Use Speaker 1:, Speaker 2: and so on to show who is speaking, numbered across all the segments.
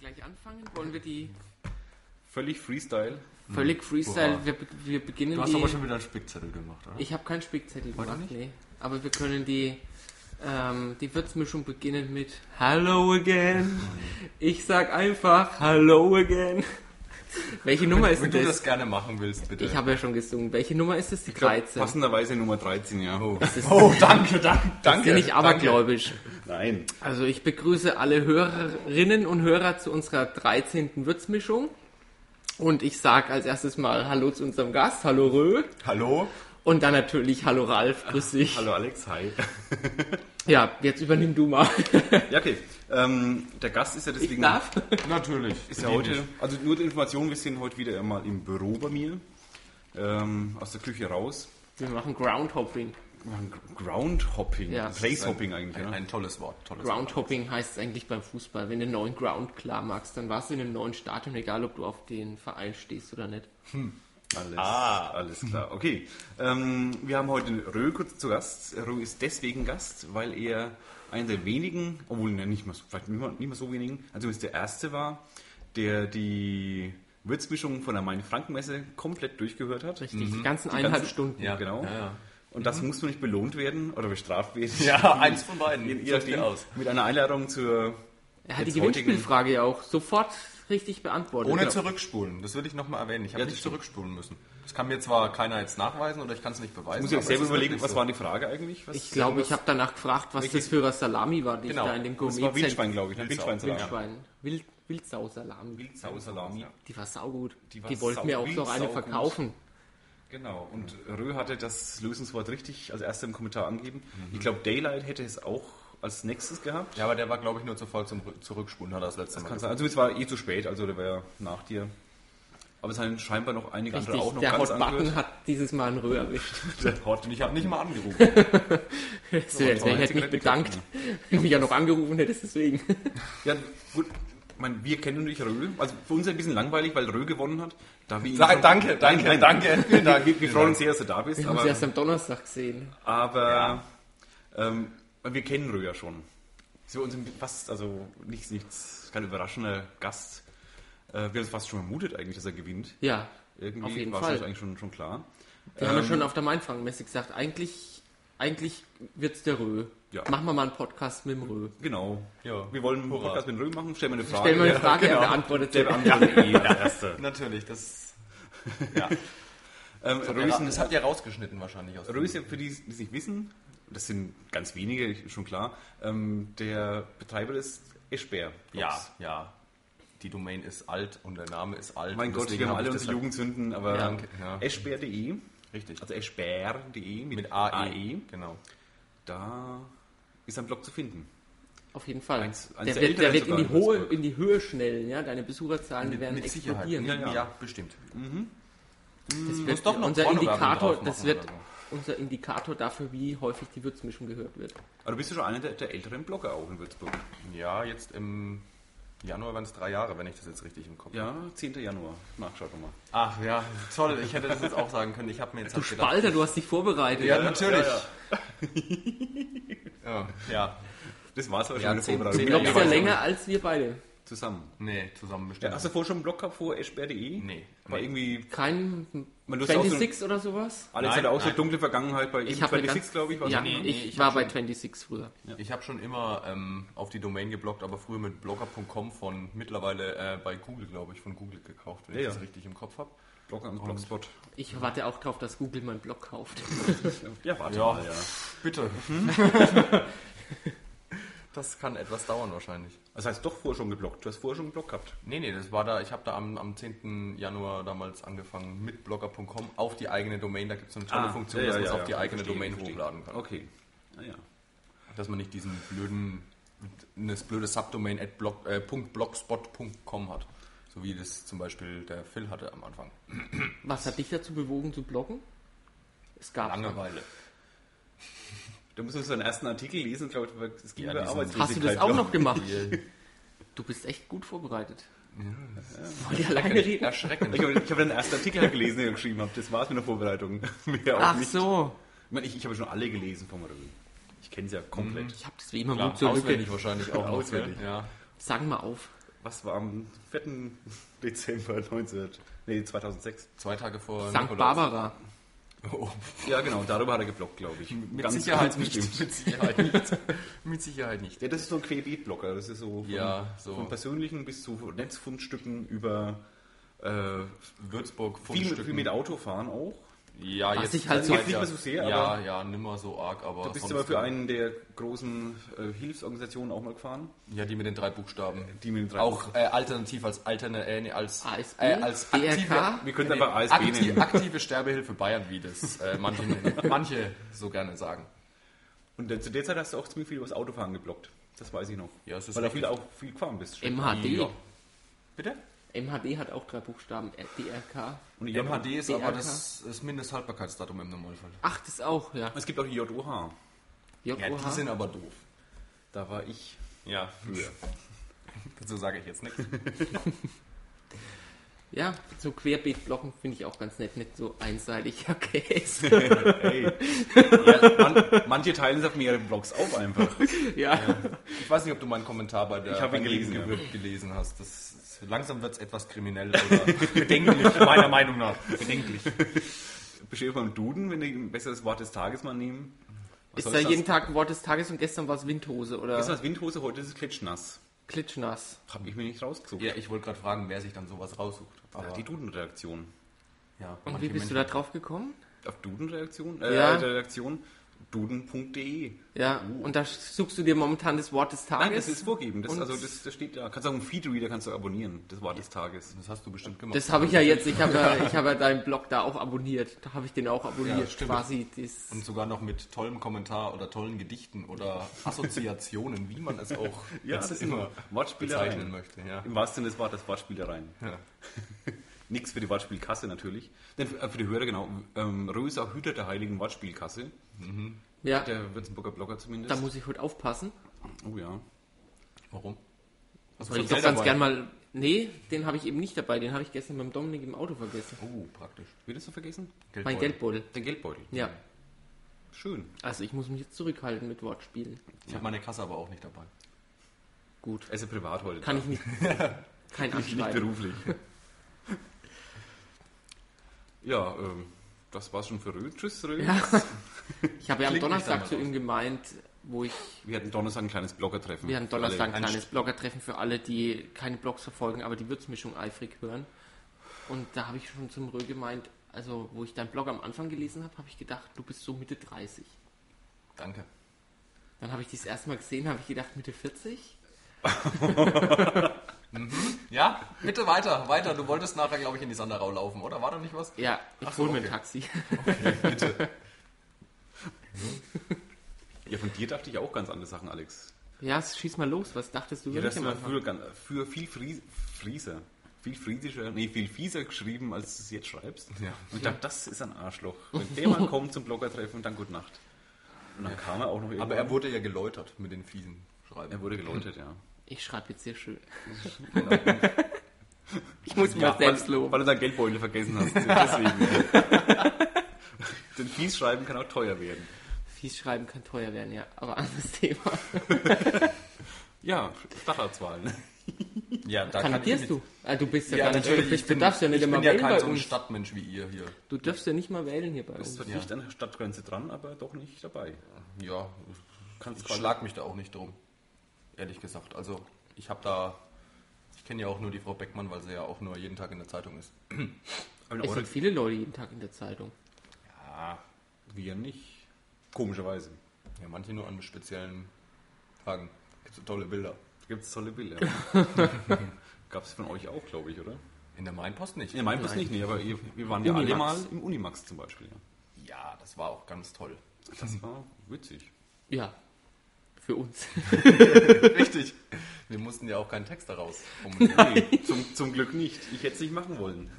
Speaker 1: gleich anfangen? Wollen wir die
Speaker 2: Völlig Freestyle.
Speaker 1: völlig Freestyle?
Speaker 3: Hurra.
Speaker 1: Wir, be- wir beginnen
Speaker 3: Du hast
Speaker 1: die.
Speaker 3: aber schon wieder einen Spickzettel gemacht, oder?
Speaker 1: ich habe keinen Spickzettel
Speaker 3: Heute
Speaker 1: gemacht,
Speaker 3: nicht?
Speaker 1: nee. Aber wir können die, ähm, die Würzmischung beginnen mit Hello again. Ich sag einfach Hello again. Welche Nummer ist
Speaker 3: Wenn
Speaker 1: denn
Speaker 3: du
Speaker 1: das?
Speaker 3: das gerne machen willst, bitte.
Speaker 1: Ich habe ja schon gesungen. Welche Nummer ist es? Die
Speaker 2: Ich glaub,
Speaker 1: 13.
Speaker 2: Passenderweise Nummer 13, ja. Oh,
Speaker 3: oh, danke, danke, danke.
Speaker 1: Bin ich abergläubisch.
Speaker 2: Nein.
Speaker 1: Also ich begrüße alle Hörerinnen und Hörer zu unserer 13. Würzmischung. Und ich sage als erstes mal Hallo zu unserem Gast, Hallo Rö.
Speaker 2: Hallo?
Speaker 1: Und dann natürlich Hallo Ralf, grüß dich.
Speaker 2: Hallo Alex, hi.
Speaker 1: Ja, jetzt übernimm du mal.
Speaker 2: Ja, okay. Ähm, der Gast ist ja deswegen...
Speaker 1: Ich darf.
Speaker 3: Natürlich.
Speaker 2: Ist ja heute, also nur die Information, wir sind heute wieder einmal im Büro bei mir. Ähm, aus der Küche raus.
Speaker 1: Wir machen Groundhopping.
Speaker 2: Wir machen Gr- Groundhopping.
Speaker 1: Ja.
Speaker 2: Placehopping eigentlich,
Speaker 3: Ein,
Speaker 2: ja.
Speaker 3: ein tolles Wort. Tolles
Speaker 1: Groundhopping heißt es eigentlich beim Fußball. Wenn du einen neuen Ground klar machst, dann warst du in einem neuen Stadion, egal ob du auf den Verein stehst oder nicht.
Speaker 2: Alles,
Speaker 3: Ah.
Speaker 2: alles klar. Okay. Ähm, wir haben heute den Rö kurz zu Gast. Rö ist deswegen Gast, weil er einer der wenigen, obwohl ne, nicht mal, so- vielleicht nicht mal, nicht mal so wenigen, also zumindest der erste war, der die Würzmischung von der Main-Franken-Messe komplett durchgehört hat.
Speaker 1: Richtig, die ganzen eineinhalb
Speaker 2: Mhm. ganzen-
Speaker 1: Stunden.
Speaker 3: Ja,
Speaker 2: Genau.
Speaker 3: ja, ja.
Speaker 2: Und das muss nur nicht belohnt werden oder bestraft werden.
Speaker 3: Ja, eins von beiden.
Speaker 2: Je
Speaker 3: Such dir
Speaker 2: nachdem,
Speaker 3: aus.
Speaker 2: Mit einer Einladung zur.
Speaker 1: Er hat
Speaker 2: jetzt
Speaker 1: die Gewinnspielfrage ja auch sofort richtig beantwortet.
Speaker 3: Ohne
Speaker 1: Ja.
Speaker 3: zurückspulen, das will ich nochmal erwähnen. Ich habe
Speaker 2: genau. Ja, das
Speaker 3: nicht
Speaker 2: stimmt.
Speaker 3: zurückspulen müssen. Das kann mir zwar keiner jetzt nachweisen oder ich kann es nicht beweisen.
Speaker 2: Ich muss ich
Speaker 3: aber
Speaker 2: selber
Speaker 3: es ist
Speaker 2: überlegen,
Speaker 3: wirklich
Speaker 2: was
Speaker 3: so.
Speaker 2: war die Frage eigentlich? Was
Speaker 1: Ich glaube, ich habe danach gefragt, was
Speaker 2: Welches-
Speaker 1: das für eine Salami war, die
Speaker 3: Genau.
Speaker 1: ich da in dem
Speaker 2: Das war Wildschwein,
Speaker 1: Gourmet-Zentrum...
Speaker 2: glaube ich. ne?
Speaker 3: Wildsau.
Speaker 2: Wildschweinsalat.
Speaker 1: Wildschwein. Wild, Wildsau-Salami.
Speaker 2: Wildschweinsalami.
Speaker 1: Die war saugut.
Speaker 2: Die
Speaker 1: Die,
Speaker 2: war
Speaker 1: wollten mir
Speaker 2: sau-
Speaker 1: auch noch eine
Speaker 2: saugut.
Speaker 1: verkaufen.
Speaker 2: Genau. Und Rö hatte das Lösungswort richtig als erster im Kommentar angegeben. Ich glaube, Daylight hätte es auch als nächstes gehabt.
Speaker 3: Ja, aber der war, glaube ich, nur zu voll zum Rück- Zurückspulen, hat er das letzte Mal
Speaker 2: Kann
Speaker 3: gesagt.
Speaker 2: sein. Also es war eh zu spät, also der war ja nach dir. Aber es haben scheinbar noch einige andere Also auch
Speaker 1: Richtig,
Speaker 2: noch
Speaker 1: der
Speaker 2: ganz
Speaker 1: Hot Button
Speaker 2: angehört.
Speaker 1: hat dieses Mal einen Röhr erwischt.
Speaker 3: Hot. Und ich habe nicht mal angerufen.
Speaker 1: So, ich
Speaker 2: war
Speaker 1: hätte mich
Speaker 2: Zigaretten geklaut,
Speaker 1: bedankt, wenn du mich ja noch angerufen hättest, deswegen.
Speaker 2: Ja, gut. Ich meine, wir kennen natürlich Rö. Also für uns ein bisschen langweilig, weil Rö gewonnen hat. Da wir ihn
Speaker 3: Nein,
Speaker 2: schon-
Speaker 3: danke, danke, danke. Vielen Dank.
Speaker 2: Wir, wir freuen uns sehr, dass du da bist.
Speaker 1: Wir haben
Speaker 2: Aber,
Speaker 1: sie erst am Donnerstag gesehen.
Speaker 2: aber ähm, wir kennen Rö ja schon. Ist für uns ein bi- fast, also nichts, nichts, kein überraschender Gast. Äh, wir haben es fast schon vermutet eigentlich, dass er gewinnt.
Speaker 1: Ja,
Speaker 2: Irgendwie
Speaker 1: auf jeden
Speaker 2: war es
Speaker 1: Fall.
Speaker 2: eigentlich schon, schon klar.
Speaker 1: Wir haben ja schon auf der Mainfang-Messe gesagt, eigentlich, eigentlich wird's der Rö.
Speaker 2: Ja.
Speaker 1: Machen wir mal einen Podcast mit dem Rö.
Speaker 2: Genau.
Speaker 3: Ja.
Speaker 2: Wir wollen einen
Speaker 3: Hurra.
Speaker 2: Podcast mit Rö machen, stellen wir eine Frage.
Speaker 1: Stell mal eine
Speaker 2: Ja,
Speaker 1: Frage,
Speaker 2: genau.
Speaker 1: er beantwortet
Speaker 2: Der
Speaker 1: sie.
Speaker 2: beantwortet eh der Erste.
Speaker 3: Natürlich, das. Ja.
Speaker 2: Ähm, Rö ist ein-
Speaker 3: Das habt ihr rausgeschnitten wahrscheinlich aus dem-
Speaker 2: Rö ist ja für die, die es nicht wissen, das sind ganz wenige, ist schon klar, ähm, der Betreiber des Eschbär.
Speaker 3: Ja, ja. Die Domain ist alt und der Name ist alt.
Speaker 2: Mein
Speaker 3: und
Speaker 2: Gott,
Speaker 3: deswegen
Speaker 2: wir haben
Speaker 3: hab ich
Speaker 2: alle
Speaker 3: das
Speaker 2: unsere
Speaker 3: halt-
Speaker 2: Jugendsünden, aber
Speaker 1: Ja.
Speaker 2: danke.
Speaker 3: Ja.
Speaker 2: eschbär.de,
Speaker 3: Richtig.
Speaker 2: also eschbär.de mit, E?
Speaker 3: mit AE.
Speaker 2: AE.
Speaker 3: Genau.
Speaker 2: da ist ein Blog zu finden.
Speaker 1: Auf jeden Fall.
Speaker 2: Eins- eins
Speaker 1: der
Speaker 2: der
Speaker 1: wird, der
Speaker 2: älteren
Speaker 1: wird in, die
Speaker 2: sogar in
Speaker 1: hohe,
Speaker 2: Würzburg.
Speaker 1: in die Höhe schnellen, ja. Deine Besucherzahlen werden explodieren.
Speaker 3: Ja,
Speaker 2: Ja, ja.
Speaker 3: ja. bestimmt.
Speaker 1: Das
Speaker 3: Muss
Speaker 1: wird
Speaker 3: doch noch
Speaker 1: unser
Speaker 3: Pornowerbung drauf
Speaker 1: Indikator,
Speaker 3: machen
Speaker 1: das wird
Speaker 3: oder
Speaker 1: unser Indikator dafür, wie häufig die Würzmischung gehört wird.
Speaker 2: Aber du bist ja schon einer der, der älteren Blogger auch in Würzburg.
Speaker 3: Ja, jetzt im Januar waren es drei Jahre, wenn ich das jetzt richtig im Kopf habe.
Speaker 2: Ja, 10. Januar. Nachschaut nochmal.
Speaker 3: Ach ja, toll. Ich hätte das jetzt auch sagen können. Ich habe mir jetzt
Speaker 1: Du
Speaker 3: halt gedacht-
Speaker 1: Spalter, du hast dich vorbereitet.
Speaker 3: Ja, natürlich. Ja, ja.
Speaker 2: Das war's aber
Speaker 3: Ja,
Speaker 2: schon eine
Speaker 3: 10.
Speaker 2: Vorbereitung.
Speaker 1: Du glaubst ja
Speaker 3: Ja,
Speaker 1: länger als wir beide.
Speaker 2: Zusammen.
Speaker 3: Nee, zusammen bestimmt.
Speaker 2: Ja, hast du vorher schon einen Blog gehabt vor eschbär.de?
Speaker 3: Nee.
Speaker 2: War
Speaker 3: Nee.
Speaker 2: irgendwie.
Speaker 1: Kein
Speaker 2: Man lust auch so-
Speaker 1: 26 oder sowas?
Speaker 2: Alex
Speaker 3: Nein,
Speaker 2: hatte auch so
Speaker 3: nein.
Speaker 2: dunkle Vergangenheit bei
Speaker 1: hab eine
Speaker 2: 26,
Speaker 1: ganz-
Speaker 2: glaube ich. war ne?
Speaker 1: Ja,
Speaker 2: so.
Speaker 3: Nee, nee,
Speaker 1: ich,
Speaker 3: ich
Speaker 1: war
Speaker 3: hab
Speaker 1: bei 26 früher.
Speaker 3: Ich habe schon immer ähm, auf die Domain geblockt, aber früher mit blogger.com von mittlerweile äh, bei Google, glaube ich, von Google gekauft, wenn
Speaker 2: Ja,
Speaker 3: ich
Speaker 2: ja.
Speaker 3: das richtig im Kopf habe.
Speaker 2: Blog am Blogspot.
Speaker 1: Ich warte auch drauf, dass Google meinen Blog kauft.
Speaker 2: Ja, warte
Speaker 3: Ja.
Speaker 2: mal, ja.
Speaker 3: Bitte. das kann etwas dauern wahrscheinlich.
Speaker 2: Das heißt, doch vorher schon geblockt. Du hast vorher schon einen Blog gehabt.
Speaker 3: Nee, nee, das war da, ich habe da am, am 10. Januar damals angefangen mit blogger.com auf die eigene Domain. Da gibt es eine
Speaker 2: Ah,
Speaker 3: tolle Funktion, dass man es auf die eigene
Speaker 2: verstehe,
Speaker 3: Domain
Speaker 2: verstehe.
Speaker 3: hochladen kann.
Speaker 2: Okay. Ah, ja.
Speaker 3: Dass man nicht diesen blöden, das blöde Subdomain at blog, äh, .blogspot.com hat. So wie das zum Beispiel der Phil hatte am Anfang.
Speaker 1: Was hat dich dazu bewogen zu bloggen? Es gab
Speaker 3: Langeweile.
Speaker 2: Da musst du unseren ersten Artikel lesen, glaube ich, weil es ging
Speaker 3: Ja,
Speaker 2: über
Speaker 3: diesen-
Speaker 2: Arbeitslosigkeit.
Speaker 1: Hast du das auch noch gemacht?
Speaker 3: Die-
Speaker 1: Du bist echt gut vorbereitet. Ja, Wollt ihr alleine reden?
Speaker 3: Erschreckend.
Speaker 2: Ich habe ich hab den ersten Artikel halt gelesen, den ich geschrieben habe. Das war es mit der Vorbereitung. Mehr auch
Speaker 1: Ach
Speaker 2: nicht.
Speaker 1: so.
Speaker 2: Ich, meine, ich, ich habe schon alle gelesen vom Röhl. Ich kenne sie ja komplett.
Speaker 1: Ich hab das wie immer
Speaker 3: Ja,
Speaker 1: gut zur
Speaker 3: auswendig
Speaker 1: Lücke.
Speaker 3: wahrscheinlich auch noch.
Speaker 2: Auswendig.
Speaker 3: gell? Ja.
Speaker 1: Sagen mal auf.
Speaker 2: was war am 4. Dezember 19, nee, 2006?
Speaker 3: Zwei Tage vor
Speaker 1: St.
Speaker 3: Nikolaus.
Speaker 1: Barbara.
Speaker 3: Oh,
Speaker 2: Ja, genau, darüber hat er geblockt, glaube ich.
Speaker 3: mit,
Speaker 2: Ganz-
Speaker 3: Sicherheit
Speaker 2: ganz
Speaker 3: nicht, mit Sicherheit nicht. Mit Sicherheit nicht.
Speaker 2: Ja, das ist so ein Querbeet-Blocker. Das ist so von,
Speaker 3: Ja, so.
Speaker 2: von persönlichen bis zu Netzfundstücken über äh,
Speaker 3: Würzburg,
Speaker 2: viel,
Speaker 3: Fundstücken.
Speaker 2: viel mit Autofahren auch.
Speaker 3: Ja,
Speaker 1: Was
Speaker 3: jetzt,
Speaker 1: ich halt
Speaker 3: jetzt
Speaker 1: so-
Speaker 2: Jetzt nicht mehr so sehr,
Speaker 3: ja,
Speaker 2: aber-
Speaker 3: ja, nimmer so arg, aber.
Speaker 2: Du bist
Speaker 3: sonst-
Speaker 2: aber für einen der großen äh, Hilfsorganisationen auch mal gefahren.
Speaker 3: Ja, die mit den drei Buchstaben.
Speaker 2: Die mit den drei
Speaker 3: Auch äh, alternativ als alterne, äh, nee, als,
Speaker 1: ASB?
Speaker 3: äh, als aktive,
Speaker 1: BRK?
Speaker 2: Wir können aber ASB
Speaker 3: akti
Speaker 2: nennen.
Speaker 3: aktive Sterbehilfe Bayern, wie das äh, manche, manche so gerne sagen.
Speaker 2: Und äh, zu der Zeit hast du auch ziemlich viel übers Autofahren geblockt. Das weiß ich noch.
Speaker 3: Ja, es ist
Speaker 2: Weil du
Speaker 3: richtig.
Speaker 2: viel, auch viel gefahren bist.
Speaker 1: MHD.
Speaker 3: Ja.
Speaker 2: Bitte?
Speaker 1: MHD hat auch drei Buchstaben. äh, DRK.
Speaker 2: Und
Speaker 3: Die
Speaker 2: die
Speaker 3: MHD
Speaker 2: MHD.
Speaker 3: ist
Speaker 1: BRK.
Speaker 3: aber das, das Mindesthaltbarkeitsdatum im Normalfall.
Speaker 1: Ach, das auch, ja.
Speaker 2: Es gibt auch die JOH.
Speaker 3: Ja, die
Speaker 1: JOH.
Speaker 3: sind aber doof.
Speaker 2: Da war ich ja früher.
Speaker 3: Dazu sage ich jetzt nichts.
Speaker 1: Ja, so Querbeetblocken finde ich auch ganz nett. Nicht so einseitig. Okay.
Speaker 2: Ey. Ja, man, manche teilen es auf mehrere Blogs auf einfach.
Speaker 1: ja.
Speaker 3: Ich weiß nicht, ob du meinen Kommentar bei der
Speaker 2: Ich habe ihn
Speaker 3: bei
Speaker 2: gelesen,
Speaker 3: Lebensgebühr gelesen hast. Das, ist- langsam wird es etwas kriminell oder bedenklich, meiner Meinung nach. Bedenklich.
Speaker 2: Bestimmt beim Duden, wenn die ein besseres Wort des Tages mal nehmen. Was
Speaker 1: Ist
Speaker 2: soll
Speaker 1: da
Speaker 2: das?
Speaker 1: jeden Tag ein Wort des Tages und gestern war es Windhose oder
Speaker 2: Gestern war es Windhose, heute ist es klitschnass.
Speaker 1: Klitschnass.
Speaker 2: Hab ich mir nicht rausgesucht.
Speaker 3: Ja, ich wollte gerade fragen, wer sich dann sowas raussucht.
Speaker 2: Ah,
Speaker 3: Aber,
Speaker 2: die Duden-Redaktion.
Speaker 3: ja,
Speaker 1: Und
Speaker 3: manche
Speaker 1: wie bist du
Speaker 3: Menschen-
Speaker 1: da drauf gekommen?
Speaker 2: Auf Duden-Redaktion? Äh,
Speaker 1: Ja.
Speaker 2: ja. Redaktion? Duden.de.
Speaker 1: Ja, und da suchst du dir momentan das Wort des Tages.
Speaker 2: Nein, Ah, das ist vorgeben. Das,
Speaker 1: Und-
Speaker 2: also das, das steht da. Kannst du auch einen Feedreader kannst du abonnieren. Das Wort des Tages.
Speaker 3: Das hast du bestimmt gemacht.
Speaker 1: Das habe ich ja jetzt, ich habe ja, ich habe ja deinen Blog da auch abonniert. Da habe ich den auch
Speaker 3: Ja,
Speaker 1: abonniert,
Speaker 3: stimmt.
Speaker 1: quasi. Das,
Speaker 3: Und sogar noch mit tollem Kommentar oder tollen Gedichten oder Assoziationen, wie man es auch jetzt bezeichnen
Speaker 2: Wortspielereien.
Speaker 3: möchte. Ja.
Speaker 2: Im wahrsten Sinne des Wortes Wortspielereien.
Speaker 3: Ja.
Speaker 2: Nichts für die Wortspielkasse natürlich. Denn für, äh, für die Hörer genau. Ähm, Rö ist auch Hüter der heiligen Wortspielkasse.
Speaker 1: ja,
Speaker 2: Der Würzburger Blogger zumindest.
Speaker 1: da muss ich heute aufpassen.
Speaker 2: oh ja.
Speaker 3: Warum? Also
Speaker 1: Weil ich doch ganz gern mal. Nee, den habe ich eben nicht dabei. Den habe ich gestern beim Dominik im Auto vergessen.
Speaker 3: Oh, praktisch.
Speaker 2: Wird das so vergessen?
Speaker 3: Oh,
Speaker 1: Mein Geldbeutel.
Speaker 2: Den Geldbeutel.
Speaker 1: Ja,
Speaker 2: Schön.
Speaker 1: also ich muss mich jetzt zurückhalten mit Wortspielen.
Speaker 3: Ich habe meine Kasse aber auch nicht dabei.
Speaker 1: Gut.
Speaker 2: Er ist ja privat heute.
Speaker 1: Kann ich nicht. Kein
Speaker 2: nicht, nicht
Speaker 1: Abschreiben.
Speaker 2: beruflich. ja, ähm, das war's schon für Rö. Tschüss, Rö.
Speaker 1: Ja. Ich habe ja am
Speaker 2: Klingt nicht
Speaker 1: Donnerstag
Speaker 2: damals
Speaker 1: zu ihm gemeint, wo ich.
Speaker 2: Wir hatten Donnerstag ein kleines Bloggertreffen.
Speaker 1: Wir haben Donnerstag ein
Speaker 2: Alle.
Speaker 1: kleines Bloggertreffen für alle, die keine Blogs verfolgen, aber die Würzmischung eifrig hören. Und da habe ich schon zum Rö gemeint, also wo ich deinen Blog am Anfang gelesen habe, habe ich gedacht, du bist so Mitte 30.
Speaker 3: Danke.
Speaker 1: Dann habe ich dich das erste Mal gesehen, habe ich gedacht, Mitte 40?
Speaker 3: Ja, bitte weiter, weiter. Du wolltest nachher, glaube ich, in die Sanderau laufen, oder? War da nicht was?
Speaker 1: Ja,
Speaker 3: Ach
Speaker 1: ich
Speaker 3: so,
Speaker 1: hole mir
Speaker 3: okay.
Speaker 1: ein Taxi.
Speaker 2: Ja, von dir dachte ich auch ganz andere Sachen, Alex.
Speaker 1: Ja, schieß mal los, was dachtest du
Speaker 2: Ja,
Speaker 1: wirklich
Speaker 2: das
Speaker 1: am
Speaker 2: war
Speaker 1: Anfang?
Speaker 2: früher ganz, für viel Fries, Frieser, viel friesischer, nee, viel fieser geschrieben, als du es jetzt schreibst.
Speaker 3: Ja.
Speaker 2: Und ich dachte, das ist ein Arschloch. Wenn der mal kommt zum Bloggertreffen, dann gute Nacht. Und dann kam er auch noch
Speaker 3: Aber
Speaker 2: irgendwann.
Speaker 3: er wurde ja geläutert mit den fiesen Schreiben.
Speaker 2: er
Speaker 3: Genau.
Speaker 2: wurde geläutet, ja.
Speaker 1: Ich schreibe jetzt hier schön. ich muss mich auch
Speaker 2: weil-
Speaker 1: selbst loben.
Speaker 2: Weil du dein Geldbeutel vergessen hast. Deswegen. Denn fies schreiben kann auch teuer werden.
Speaker 1: Fies schreiben kann teuer werden, ja, aber anderes Thema.
Speaker 2: Ja, Stadtratswahlen.
Speaker 3: Ja, da
Speaker 1: Kandidierst du? Ah, du bist ja,
Speaker 3: Ja,
Speaker 1: gar nicht,
Speaker 3: natürlich.
Speaker 1: du, bist, du darfst ja nicht
Speaker 3: ich
Speaker 1: mal
Speaker 3: bin ja
Speaker 1: wählen
Speaker 3: kein
Speaker 1: bei
Speaker 3: so ein
Speaker 1: uns.
Speaker 3: Stadtmensch wie ihr hier.
Speaker 1: Du darfst ja nicht mal wählen hier bei
Speaker 2: Ist
Speaker 1: uns.
Speaker 2: zwar nicht an der Stadtgrenze dran, aber doch nicht dabei.
Speaker 3: Ja,
Speaker 2: Kannst
Speaker 3: ich schlag mich da auch nicht drum. Ehrlich gesagt. Also, ich habe da. Ich kenne ja auch nur die Frau Beckmann, weil sie ja auch nur jeden Tag in der Zeitung ist.
Speaker 2: Aber in
Speaker 1: Es
Speaker 2: eurer
Speaker 1: sind viele Leute jeden Tag in der Zeitung.
Speaker 3: Ja,
Speaker 2: Wir nicht. Komischerweise.
Speaker 3: ja manche nur an speziellen Tagen. Gibt so tolle Bilder.
Speaker 2: Gibt es tolle Bilder. Gab es von euch auch, glaube ich, oder?
Speaker 3: In der Mainpost nicht.
Speaker 2: In meinem Bus
Speaker 1: Nein.
Speaker 2: nicht, nee, aber ihr, wir waren ja alle
Speaker 1: Unimax.
Speaker 2: mal im Unimax zum Beispiel. Ja.
Speaker 3: Ja, das war auch ganz toll.
Speaker 2: Das war witzig.
Speaker 1: Ja, für uns.
Speaker 3: Richtig. Wir mussten ja auch keinen Text daraus formulieren.
Speaker 2: Nee, zum, zum Glück nicht. Ich hätte es nicht machen wollen.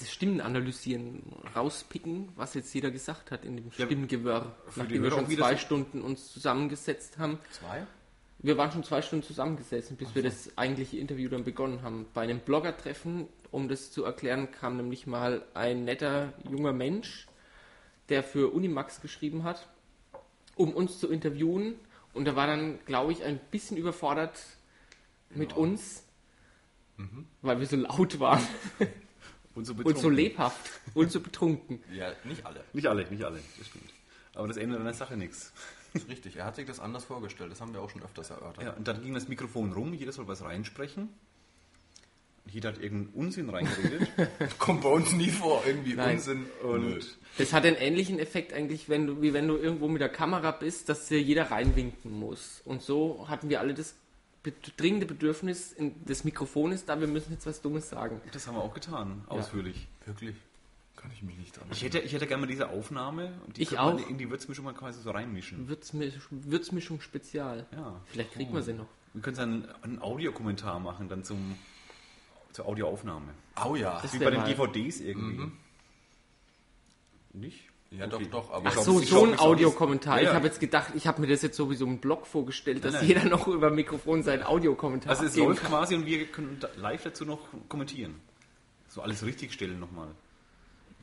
Speaker 1: Das Stimmen analysieren, rauspicken, was jetzt jeder gesagt hat in dem
Speaker 2: Ja,
Speaker 1: Stimmgewirr.
Speaker 2: für die
Speaker 1: Nachdem wir
Speaker 2: Hörer
Speaker 1: schon
Speaker 2: auch wieder
Speaker 1: zwei
Speaker 2: so-
Speaker 1: Stunden uns zusammengesetzt haben.
Speaker 3: Zwei?
Speaker 1: Wir waren schon zwei Stunden zusammengesessen, bis wir das eigentliche Interview dann begonnen haben. Bei einem Bloggertreffen, um das zu erklären, kam nämlich mal ein netter junger Mensch, der für Unimax geschrieben hat, um uns zu interviewen. Und er war dann, glaube ich, ein bisschen überfordert mit uns, weil wir so laut waren
Speaker 2: Und so,
Speaker 1: und so
Speaker 2: betrunken.
Speaker 1: lebhaft und so betrunken.
Speaker 3: Ja, nicht alle.
Speaker 2: Nicht alle, nicht alle, das stimmt. Aber das ändert an der Sache nichts.
Speaker 3: Das ist richtig. Er hat sich das anders vorgestellt. Das haben wir auch schon öfters erörtert.
Speaker 2: Ja, und dann ging das Mikrofon rum, jeder soll was reinsprechen. Jeder hat irgendeinen Unsinn reingeredet.
Speaker 3: Kommt bei uns nie vor. Irgendwie
Speaker 1: Nein.
Speaker 3: Unsinn.
Speaker 2: und
Speaker 3: Nö.
Speaker 1: Das hat einen ähnlichen Effekt eigentlich, wenn du, wie wenn du irgendwo mit der Kamera bist, dass dir jeder reinwinken muss. Und so hatten wir alle das be- dringende Bedürfnis, in, das Mikrofon ist da, wir müssen jetzt was Dummes sagen.
Speaker 2: das haben wir auch getan, ausführlich.
Speaker 3: Wirklich? Kann ich mich nicht dran
Speaker 2: Ich hätte, ich hätte gerne mal diese Aufnahme und die
Speaker 1: Ich
Speaker 2: könnte man
Speaker 1: auch. Mhm.
Speaker 2: in die Würzmischung mal quasi so reinmischen.
Speaker 1: Würzmisch, Würzmischung Spezial.
Speaker 2: Ja.
Speaker 1: Vielleicht kriegt man sie noch.
Speaker 2: Wir können dann einen Audiokommentar machen, dann zum, zur Audioaufnahme.
Speaker 3: Oh ja.
Speaker 1: Das
Speaker 2: Wie
Speaker 1: wär
Speaker 2: bei den
Speaker 1: mal-
Speaker 2: DVDs irgendwie.
Speaker 3: Mhm.
Speaker 2: Nicht?
Speaker 3: Ja,
Speaker 2: Okay.
Speaker 3: doch, doch. Aber
Speaker 1: Ach
Speaker 3: ich
Speaker 1: so,
Speaker 3: glaub, ich
Speaker 1: so
Speaker 3: glaub,
Speaker 1: ein
Speaker 3: ich glaub,
Speaker 1: Audiokommentar.
Speaker 2: Ja, ja.
Speaker 1: Ich habe jetzt gedacht, ich habe mir das jetzt sowieso im Blog vorgestellt, dass
Speaker 2: Nein, nein.
Speaker 1: jeder noch über Mikrofon seinen Audiokommentar
Speaker 2: Also es
Speaker 1: abgeben
Speaker 2: läuft
Speaker 1: kann.
Speaker 2: quasi und wir können da- live dazu noch kommentieren. So alles richtigstellen nochmal.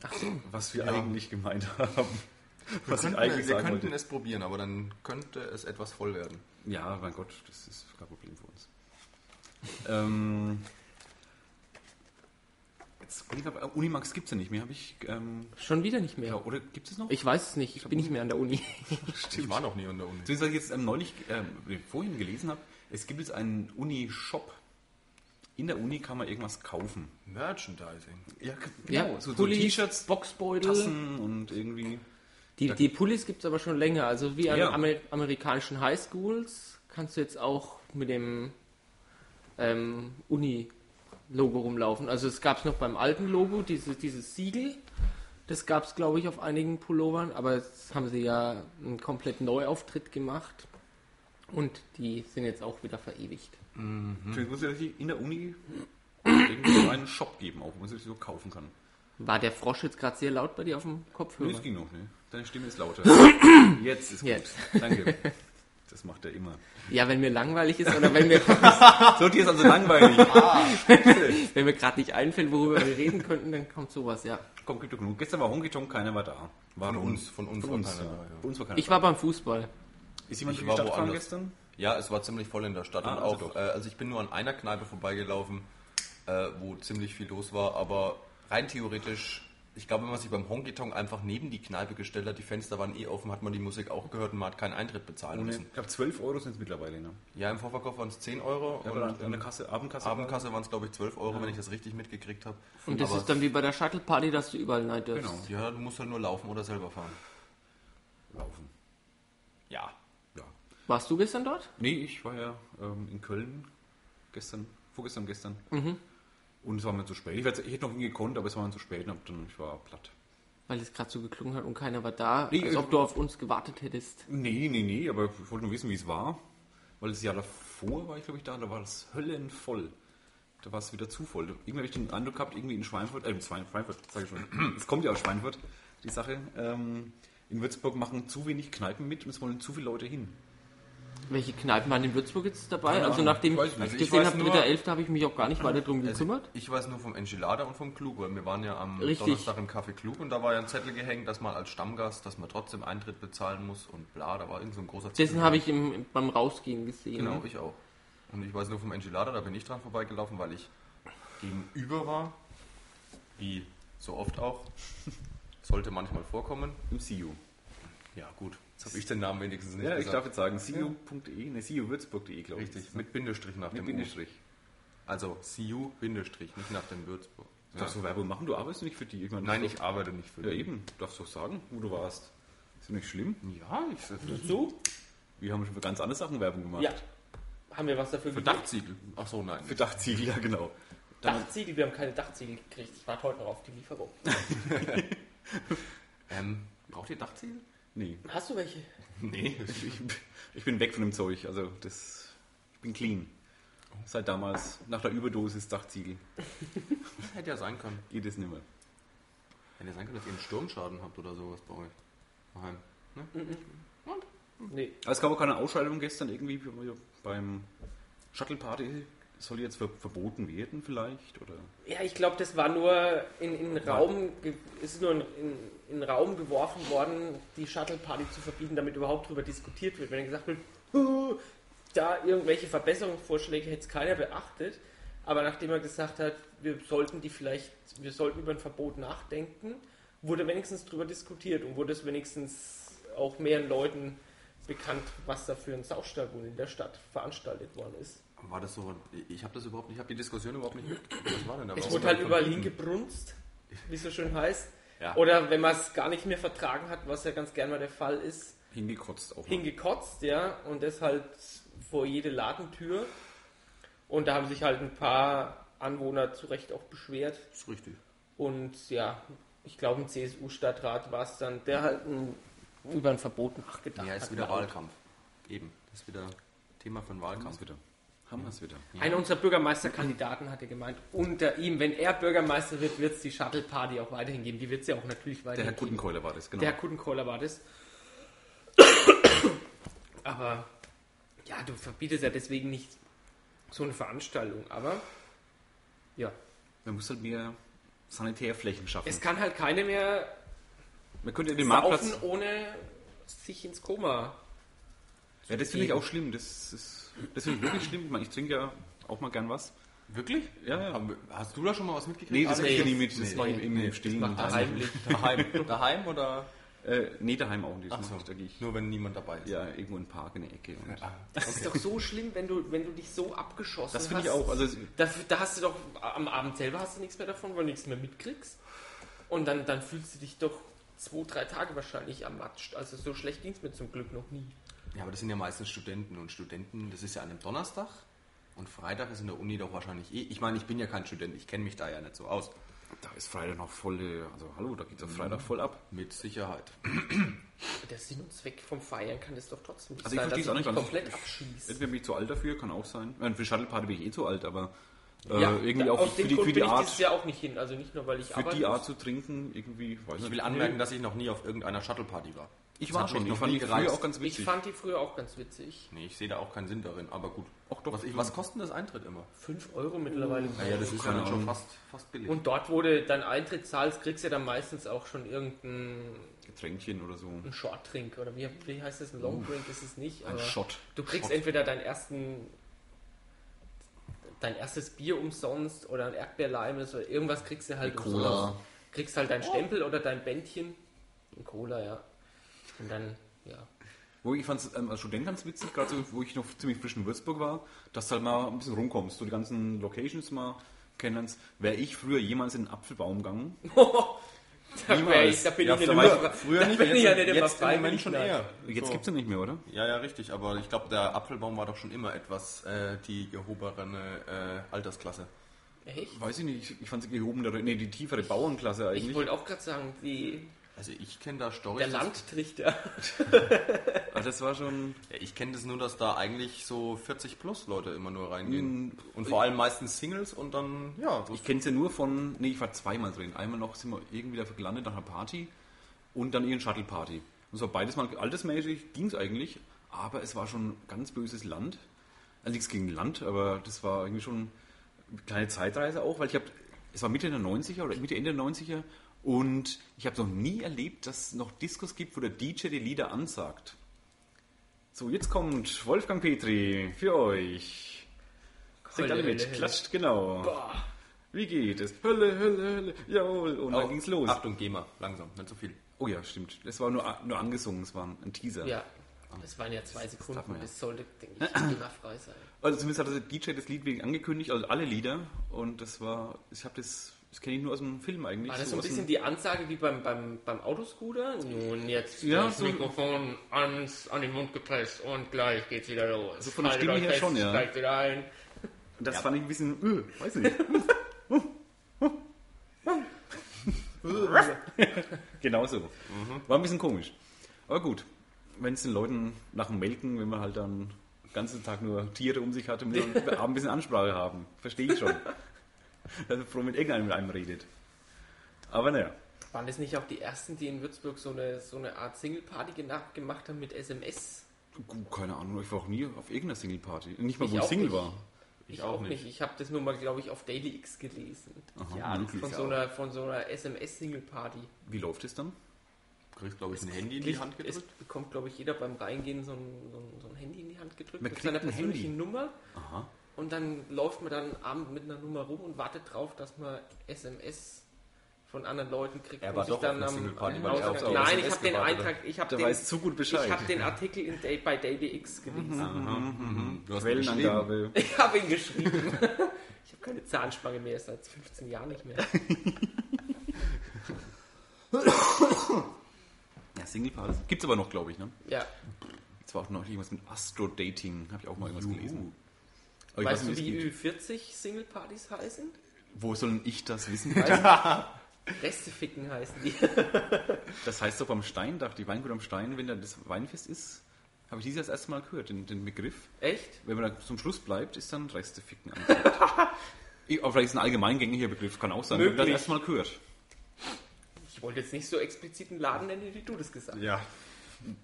Speaker 1: Ach so.
Speaker 2: Was wir
Speaker 3: Ja.
Speaker 2: eigentlich gemeint haben.
Speaker 3: Wir
Speaker 2: Was ich
Speaker 3: könnten,
Speaker 2: eigentlich
Speaker 3: wir
Speaker 2: sagen
Speaker 3: könnten
Speaker 2: wollte.
Speaker 3: es probieren, aber dann könnte es etwas voll werden.
Speaker 2: Ja, mein Gott, das ist kein Problem für uns. ähm, jetzt bin ich aber, Unimax gibt es ja nicht mehr, habe ich. Ähm,
Speaker 1: Schon wieder nicht
Speaker 2: ja,
Speaker 1: mehr.
Speaker 2: oder gibt es noch?
Speaker 1: Ich weiß es nicht, ich bin nicht mehr an der Uni.
Speaker 3: Ich war noch nie an der Uni.
Speaker 2: Zumindest, was ich jetzt ähm, neulich ähm, vorhin gelesen habe, es gibt jetzt einen Uni-Shop. In der Uni kann man irgendwas kaufen.
Speaker 3: Merchandising.
Speaker 2: Ja, genau.
Speaker 1: Ja,
Speaker 2: so, so
Speaker 1: Pullis,
Speaker 2: T-Shirts,
Speaker 1: Boxbeutel.
Speaker 2: Tassen und irgendwie.
Speaker 1: Die, die Pullis gibt es aber schon länger. Also wie an
Speaker 2: Ja.
Speaker 1: Amer amerikanischen Highschools kannst du jetzt auch mit dem ähm, Uni-Logo rumlaufen. Also es gab es noch beim alten Logo, dieses, dieses Siegel. Das gab es, glaube ich, auf einigen Pullovern, aber jetzt haben sie ja einen kompletten Neuauftritt gemacht. Und die sind jetzt auch wieder verewigt.
Speaker 2: Natürlich muss es in der Uni irgendwie so einen Shop geben, auch, wo man sich so kaufen kann.
Speaker 1: War der Frosch jetzt gerade sehr laut bei dir auf dem Kopfhörer?
Speaker 2: Nee, es ging noch, ne? Deine Stimme ist lauter. Jetzt ist gut.
Speaker 1: Jetzt.
Speaker 2: Danke. Das macht er immer.
Speaker 1: Ja, wenn mir langweilig ist oder wenn mir,
Speaker 2: So, dir ist also langweilig. Ah, Scheiße.
Speaker 1: wenn mir gerade nicht einfällt, worüber wir reden könnten, dann kommt sowas, ja.
Speaker 2: Komm, gibt doch genug. Gestern war Honky Tonk, keiner war da. War
Speaker 3: Von uns, von uns
Speaker 2: Von
Speaker 3: war
Speaker 2: uns,
Speaker 3: keiner
Speaker 2: ja.
Speaker 3: da, ja.
Speaker 2: Von uns war keiner
Speaker 1: Ich war beim Fußball.
Speaker 2: Ist jemand
Speaker 3: Ich
Speaker 2: in die
Speaker 3: war
Speaker 2: Stadt gefahren
Speaker 3: woanders.
Speaker 2: gestern?
Speaker 3: Ja, es war ziemlich voll in der Stadt.
Speaker 2: Ah,
Speaker 3: und
Speaker 2: also
Speaker 3: auch,
Speaker 2: doch.
Speaker 3: äh, also ich bin nur an einer Kneipe vorbeigelaufen, äh, wo ziemlich viel los war, aber rein theoretisch, ich glaube, wenn man sich beim Honky Tonk einfach neben die Kneipe gestellt hat, die Fenster waren eh offen, hat man die Musik auch gehört und man hat keinen Eintritt bezahlen
Speaker 2: Nee,
Speaker 3: müssen.
Speaker 2: Ich glaube, 12 Euro sind es mittlerweile. Ne?
Speaker 3: Ja, im Vorverkauf waren es 10 Euro
Speaker 2: Aber
Speaker 3: und
Speaker 2: an, an
Speaker 3: in
Speaker 2: der Kasse, Abendkasse.
Speaker 3: der Abendkasse waren es, glaube ich, 12 Euro, wenn ich das richtig mitgekriegt habe.
Speaker 1: Und das
Speaker 3: Aber-
Speaker 1: ist dann wie bei der Shuttle Party, dass du überall rein dürfst.
Speaker 2: Genau.
Speaker 3: Ja, du musst halt nur laufen oder selber fahren.
Speaker 2: Laufen.
Speaker 3: Ja.
Speaker 2: Ja.
Speaker 1: Warst du gestern dort?
Speaker 2: Nee, ich war ja ähm, in Köln gestern, vorgestern, gestern. Und es war mir zu spät. Ich, wär- ich hätte noch hingekonnt, aber es war mir zu spät und hab dann, ich war platt.
Speaker 1: Weil es gerade so geklungen hat und keiner war da,
Speaker 2: Nee,
Speaker 1: als
Speaker 2: ich-
Speaker 1: ob du auf uns gewartet hättest.
Speaker 2: Nee, nee, nee, aber ich wollte nur wissen, wie es war. Weil das Jahr davor war ich, glaube ich, da, da war es höllenvoll. Da war es wieder zu voll. Irgendwie habe ich den Eindruck gehabt, irgendwie in Schweinfurt, äh, in Schwein- Schweinfurt, sag ich schon, es kommt ja aus Schweinfurt, die Sache, ähm, in Würzburg machen zu wenig Kneipen mit und es wollen zu viele Leute hin.
Speaker 1: Welche Kneipen waren in Würzburg jetzt dabei?
Speaker 2: Keine
Speaker 1: also
Speaker 2: Ahnung,
Speaker 1: nachdem
Speaker 2: ich
Speaker 1: ich,
Speaker 2: weiß nicht.
Speaker 3: Also ich
Speaker 1: gesehen
Speaker 3: weiß
Speaker 1: habe,
Speaker 3: nur-
Speaker 1: 3.11. habe ich mich auch gar nicht weiter drum gekümmert.
Speaker 3: Ich weiß nur vom Enchilada und vom Klug, weil wir waren ja am
Speaker 1: Richtig.
Speaker 3: Donnerstag im Café Klug und da war ja ein Zettel gehängt, dass man als Stammgast, dass man trotzdem Eintritt bezahlen muss und bla, da war irgend so ein großer Zettel.
Speaker 1: Dessen habe ich im, beim Rausgehen gesehen.
Speaker 3: Genau, ich auch. Und ich weiß nur vom Enchilada, da bin ich dran vorbeigelaufen, weil ich gegenüber war, wie so oft auch, sollte manchmal vorkommen.
Speaker 2: Im CU.
Speaker 3: Ja gut, jetzt habe ich den Namen wenigstens nicht
Speaker 2: Ja, ich darf
Speaker 3: gesagt.
Speaker 2: jetzt sagen, cu.de, ne, cuwürzburg.de, glaube ich.
Speaker 3: Richtig, mit Bindestrich nach
Speaker 2: Mit
Speaker 3: dem U.
Speaker 2: Bindestrich.
Speaker 3: Also CU Bindestrich, nicht nach dem Würzburg. Ja.
Speaker 2: Darfst du Werbung machen? Du arbeitest nicht für die. Ich meine,
Speaker 3: Nein,
Speaker 2: das ist
Speaker 3: ich arbeite nicht für
Speaker 2: doch- Ja,
Speaker 3: die.
Speaker 2: eben. Darfst du doch sagen, wo du warst. Ist doch nicht schlimm.
Speaker 3: Ja, ich
Speaker 2: So? Wir haben schon für ganz andere Sachen Werbung gemacht.
Speaker 1: Ja. Haben wir was dafür
Speaker 3: Für Dachziegel? Ach so, nein.
Speaker 2: Für Dachziegel, ja, genau.
Speaker 1: Dachziegel, wir haben keine Dachziegel gekriegt. Ich warte heute noch auf die Lieferung.
Speaker 3: Ähm, braucht ihr Dachziegel?
Speaker 2: Nee,
Speaker 1: Hast du welche?
Speaker 3: Nee.
Speaker 2: ich, ich bin weg von dem Zeug. Also, das, ich bin clean. Seit damals, nach der Überdosis Dachziegel,
Speaker 3: Das hätte ja sein können.
Speaker 2: geht es nicht mehr.
Speaker 3: Hätte ja sein können, dass ihr einen Sturmschaden habt oder sowas bei euch. Daheim.
Speaker 1: Nee.
Speaker 2: Aber es gab auch keine Ausschreibung gestern irgendwie beim Shuttle Party. Soll jetzt ver verboten werden, vielleicht? Oder?
Speaker 1: Ja, ich glaube, das war nur in, in Raum, ge- ist nur in, in, in Raum geworfen worden, die Shuttle-Party zu verbieten, damit überhaupt darüber diskutiert wird. Wenn dann gesagt wird, "Huh, da irgendwelche Verbesserungsvorschläge hätte es keiner beachtet. Aber nachdem er gesagt hat, wir sollten die vielleicht, wir sollten über ein Verbot nachdenken, wurde wenigstens drüber diskutiert und wurde es wenigstens auch mehreren Leuten bekannt, was da für ein Saustall wohl in der Stadt veranstaltet worden ist.
Speaker 3: War das so? Ich habe das überhaupt nicht, ich habe die Diskussion überhaupt nicht mitgekriegt. Was war denn da?
Speaker 1: Es
Speaker 3: überhaupt?
Speaker 1: wurde halt überall hingebrunst, wie es so schön heißt.
Speaker 3: Ja.
Speaker 1: Oder wenn man es gar nicht mehr vertragen hat, was ja ganz gerne mal der Fall ist,
Speaker 2: Hingekotzt auch. mal.
Speaker 1: hingekotzt, ja, und das halt vor jede Ladentür. Und da haben sich halt ein paar Anwohner zu Recht auch beschwert.
Speaker 3: Das ist richtig.
Speaker 1: Und ja, ich glaube, im CSU-Stadtrat war es dann, der halt ein, über ein Verbot nachgedacht
Speaker 3: Ja, ist
Speaker 1: hat.
Speaker 3: wieder Wahlkampf. Eben. Das ist wieder Thema für den Wahlkampf.
Speaker 1: Ne?
Speaker 2: Hammers wieder. Hammers wieder.
Speaker 1: Einer unserer Bürgermeisterkandidaten hatte gemeint, unter ihm, wenn er Bürgermeister wird, wird es die Shuttle-Party auch weiterhin geben. Die wird es ja auch natürlich
Speaker 2: Der
Speaker 1: weiterhin
Speaker 2: Herr Kuttenkeuler war das, genau.
Speaker 1: Der Kuttenkohler war das. Aber ja, du verbietest ja deswegen nicht so eine Veranstaltung. Aber ja,
Speaker 2: Man muss halt mehr Sanitärflächen schaffen.
Speaker 1: es kann halt keine mehr
Speaker 2: Man könnte den
Speaker 1: laufen,
Speaker 2: Marktplatz.
Speaker 1: ohne sich ins Koma.
Speaker 2: Ja, das finde ich auch schlimm. Das, ist, das finde ich wirklich schlimm. Ich meine, ich trinke ja auch mal gern was.
Speaker 3: Wirklich?
Speaker 2: Ja, ja.
Speaker 3: Haben wir- Hast du da schon mal was mitgekriegt?
Speaker 2: Nee, das
Speaker 3: Alex?
Speaker 2: kriege ich ja nie mit. Das
Speaker 3: Nee.
Speaker 2: war im, im Stillen.
Speaker 1: macht
Speaker 2: daheim.
Speaker 3: Heimlich. Daheim. Daheim oder?
Speaker 2: Äh, nee, daheim auch nicht. Das
Speaker 3: Ach so,
Speaker 2: mache ich, da gehe ich
Speaker 3: Nur wenn niemand dabei ist.
Speaker 2: ja, irgendwo in den Park in der Ecke. Und
Speaker 1: Das ist doch so schlimm, wenn du, wenn du dich so abgeschossen
Speaker 2: das finde
Speaker 1: hast.
Speaker 2: ich auch. Also, es-
Speaker 1: Da, da hast du doch am Abend selber hast du nichts mehr davon, weil du nichts mehr mitkriegst. Und dann, dann fühlst du dich doch zwei, drei Tage wahrscheinlich am Matsch. Also so schlecht ging es mir zum Glück noch nie.
Speaker 3: Ja, aber das sind ja meistens Studenten und Studenten, das ist ja an einem Donnerstag und Freitag ist in der Uni doch wahrscheinlich eh. Ich meine, ich bin ja kein Student, ich kenne mich da ja nicht so aus.
Speaker 2: da ist Freitag noch voll. äh, Also, hallo, da
Speaker 1: Mhm.
Speaker 2: geht es Freitag voll ab.
Speaker 3: Mit Sicherheit.
Speaker 1: Der Sinn und Zweck vom Feiern kann das doch trotzdem nicht
Speaker 2: Also ich
Speaker 1: sein,
Speaker 2: verstehe es auch nicht
Speaker 1: mich
Speaker 2: ganz.
Speaker 1: komplett
Speaker 2: Ich
Speaker 1: abschießt.
Speaker 2: bin ich zu alt dafür, kann auch sein. Ich meine, für Shuttle-Party bin ich eh zu alt, aber äh,
Speaker 1: Ja,
Speaker 2: irgendwie
Speaker 1: da-
Speaker 2: auch
Speaker 1: auf
Speaker 2: für
Speaker 1: den
Speaker 2: die,
Speaker 1: Grund
Speaker 2: für die
Speaker 1: bin ich
Speaker 2: Art,
Speaker 1: dieses Jahr auch nicht hin. Also nicht nur, weil ich
Speaker 2: für die
Speaker 1: muss.
Speaker 2: Art zu trinken, irgendwie, weiß
Speaker 3: Ich will anmerken, dass ich noch nie auf irgendeiner Shuttle-Party war.
Speaker 2: Ich
Speaker 3: Das
Speaker 2: war
Speaker 3: hat
Speaker 2: schon,
Speaker 3: mich
Speaker 2: ich
Speaker 3: noch
Speaker 2: fand
Speaker 3: nie
Speaker 2: die früher
Speaker 3: gereizt.
Speaker 2: auch ganz
Speaker 1: Ich
Speaker 2: witzig.
Speaker 1: fand die früher auch ganz witzig.
Speaker 3: Nee, ich sehe da auch keinen Sinn darin, aber gut.
Speaker 2: Auch doch.
Speaker 3: Was, ich, was kostet denn das Eintritt immer?
Speaker 1: 5 Euro mittlerweile.
Speaker 3: Naja, das ist ja dann schon
Speaker 2: Ahnung.
Speaker 3: fast, fast billig.
Speaker 1: Und dort wurde dein Eintritt zahlst, kriegst ja dann meistens auch schon irgendeinen
Speaker 2: Getränkchen oder so.
Speaker 1: einen Short-Drink oder wie, wie heißt das? Ein Long-Drink ist es nicht.
Speaker 2: Ein
Speaker 1: aber-
Speaker 2: Shot.
Speaker 1: Du kriegst
Speaker 2: Shot.
Speaker 1: entweder deinen ersten dein erstes Bier umsonst oder ein Erdbeerleimes oder irgendwas kriegst du halt
Speaker 2: Eine Cola.
Speaker 1: umsonst. Kriegst halt deinen Stempel oder dein Bändchen. Ein Cola, ja. Und dann, ja.
Speaker 2: Wo ich fand es ähm, als Student ganz witzig, gerade so, wo ich noch ziemlich frisch in Würzburg war, dass du halt mal ein bisschen rumkommst, du die ganzen Locations mal kennenlernst. Wäre ich früher jemals in den Apfelbaum gegangen?
Speaker 1: Da, wär ich, da bin
Speaker 2: Ja,
Speaker 1: ich in
Speaker 2: da
Speaker 1: der
Speaker 2: war ich
Speaker 1: Nummer-
Speaker 3: früher
Speaker 1: da
Speaker 3: nicht,
Speaker 1: bin
Speaker 3: jetzt-
Speaker 1: ich ja nicht immer
Speaker 3: jetzt im
Speaker 1: frei,
Speaker 3: Moment
Speaker 1: bin ich
Speaker 3: schon
Speaker 1: nicht.
Speaker 3: eher.
Speaker 2: Jetzt
Speaker 3: So.
Speaker 2: gibt's ja nicht mehr, oder?
Speaker 3: Ja, ja, richtig, aber ich glaube, der Apfelbaum war doch schon immer etwas äh, die gehobene äh, Altersklasse.
Speaker 1: Echt?
Speaker 2: Weiß ich nicht, ich, ich fand sie gehobenere, nee, die tiefere Bauernklasse
Speaker 1: Ich
Speaker 2: eigentlich.
Speaker 1: wollte auch gerade sagen, die,
Speaker 3: Also ich kenne da Storys.
Speaker 1: der
Speaker 3: dass-
Speaker 1: Landtrichter.
Speaker 2: Aber Also das war schon,
Speaker 3: Ja, ich kenne das nur, dass da eigentlich so 40 plus Leute immer nur reingehen.
Speaker 2: Mm,
Speaker 3: Und vor allem meistens Singles und dann, ja, so
Speaker 2: ich kenn's ja nur von, nee, ich war zweimal drin. Einmal noch sind wir irgendwie da gelandet nach einer Party und dann ihren Shuttle-Party. Und so beides mal altersmäßig ging's eigentlich, aber es war schon ganz böses Land. Also nichts gegen Land, aber das war irgendwie schon eine kleine Zeitreise auch, weil ich habe, es war Mitte der 90er oder Mitte, Ende der 90er und ich habe noch nie erlebt, dass es noch Discos gibt, wo der DJ die Lieder ansagt. So, jetzt kommt Wolfgang Petri für euch. Singt alle
Speaker 1: Hölle,
Speaker 2: mit,
Speaker 1: Hölle, Hölle.
Speaker 2: klatscht genau. Wie geht es? Hölle, Hölle, Hölle, jawohl. Und dann ging's los.
Speaker 1: Ah.
Speaker 3: Achtung, geh mal, langsam, nicht so viel.
Speaker 2: Oh ja, stimmt. Es war nur, nur angesungen, es war ein Teaser.
Speaker 1: Ja. Das waren ja zwei Sekunden,
Speaker 2: man ja.
Speaker 1: das sollte, denke ich, immer frei sein.
Speaker 2: Also zumindest hat der DJ das Lied wegen angekündigt, also alle Lieder. Und das war, ich habe das, das kenne ich nur aus dem Film eigentlich.
Speaker 1: War Ah, das
Speaker 2: so
Speaker 1: so ein
Speaker 2: aus dem-
Speaker 1: bisschen die Ansage wie beim, beim, beim Autoscooter? Nun, jetzt
Speaker 2: Ja,
Speaker 1: das
Speaker 2: so-
Speaker 1: Mikrofon ans, an den Mund gepresst und gleich geht's wieder los.
Speaker 2: So von der
Speaker 1: Haltet
Speaker 2: Stimme
Speaker 1: euch
Speaker 2: her schon, ja.
Speaker 1: Steigt wieder ein.
Speaker 2: Das fand ich ein bisschen, äh, weiß ich nicht. genau so. War ein bisschen komisch. Aber gut, wenn es den Leuten nach dem Melken, wenn man halt dann den ganzen Tag nur Tiere um sich hatte, muss man am Abend ein bisschen Ansprache haben. Verstehe ich schon. Dass man froh mit irgendeinem mit einem redet. Aber naja,
Speaker 1: Waren das nicht auch die ersten, die in Würzburg so eine, so eine Art Single-Party gena- gemacht haben mit SMS?
Speaker 2: gut, keine Ahnung, ich war auch nie auf irgendeiner Single-Party. Nicht mal,
Speaker 1: Ich
Speaker 2: wo ich
Speaker 1: auch
Speaker 2: Single
Speaker 1: nicht.
Speaker 2: war.
Speaker 1: Ich,
Speaker 3: auch
Speaker 1: auch nicht. Ich habe das nur mal, glaube ich, auf Daily X gelesen.
Speaker 2: ja, möglich.
Speaker 1: Von so einer, von so einer SMS-Single-Party.
Speaker 2: Wie läuft es dann?
Speaker 3: Du kriegst, glaube ich, ein Handy in die
Speaker 1: Es
Speaker 3: Hand
Speaker 1: es
Speaker 3: gedrückt.
Speaker 1: bekommt, glaube ich, jeder beim Reingehen so ein, so, ein, so ein Handy in die Hand gedrückt
Speaker 2: Man
Speaker 1: mit seiner
Speaker 2: kriegt ein Handy.
Speaker 1: persönlichen Nummer.
Speaker 2: Aha.
Speaker 1: Und dann läuft man dann am Abend mit einer Nummer rum und wartet drauf, dass man SMS von anderen Leuten kriegt.
Speaker 3: Er
Speaker 1: wo
Speaker 3: war
Speaker 1: sich
Speaker 3: doch auf einer Singleparty, weil er
Speaker 1: Ausgang-
Speaker 3: auf so
Speaker 1: Nein, ich
Speaker 3: SMS
Speaker 1: habe den
Speaker 3: gewartet hat.
Speaker 1: Eintrag, ich habe
Speaker 2: Der
Speaker 1: den,
Speaker 2: weiß zu gut Bescheid.
Speaker 1: ich hab den Artikel in Day by DailyX gelesen.
Speaker 3: Hm, Du hast geschrieben.
Speaker 2: Quellenangabe.
Speaker 1: Ich habe ihn geschrieben. Ich habe keine Zahnspange mehr, seit 15 Jahren nicht mehr.
Speaker 2: Ja, Singlepartys. Gibt's aber noch, glaube ich, ne?
Speaker 1: Ja.
Speaker 2: Jetzt war auch noch irgendwas mit Astro-Dating, habe ich auch mal irgendwas
Speaker 3: Juhu.
Speaker 2: gelesen. Aber ich
Speaker 1: Weißt du,
Speaker 2: nicht, wie
Speaker 1: wie
Speaker 2: es geht.
Speaker 1: Ü40 Singlepartys heißen?
Speaker 2: Wo soll denn ich das wissen?
Speaker 1: Reste ficken heißen die.
Speaker 2: das heißt doch beim Steindach, die Weingut am Stein, wenn da das Weinfest ist, habe ich dieses Jahr das erste Mal gehört, den, den Begriff.
Speaker 1: Echt?
Speaker 2: Wenn man da zum Schluss bleibt, ist dann Reste ficken angesagt. Ich- Aber vielleicht ist ein allgemeingängiger Begriff, kann auch sein. Wenn man das
Speaker 1: Möglich.
Speaker 2: erste Mal gehört.
Speaker 1: Ich wollte jetzt nicht so explizit einen Laden nennen, wie du das gesagt hast.
Speaker 2: Ja.
Speaker 3: Also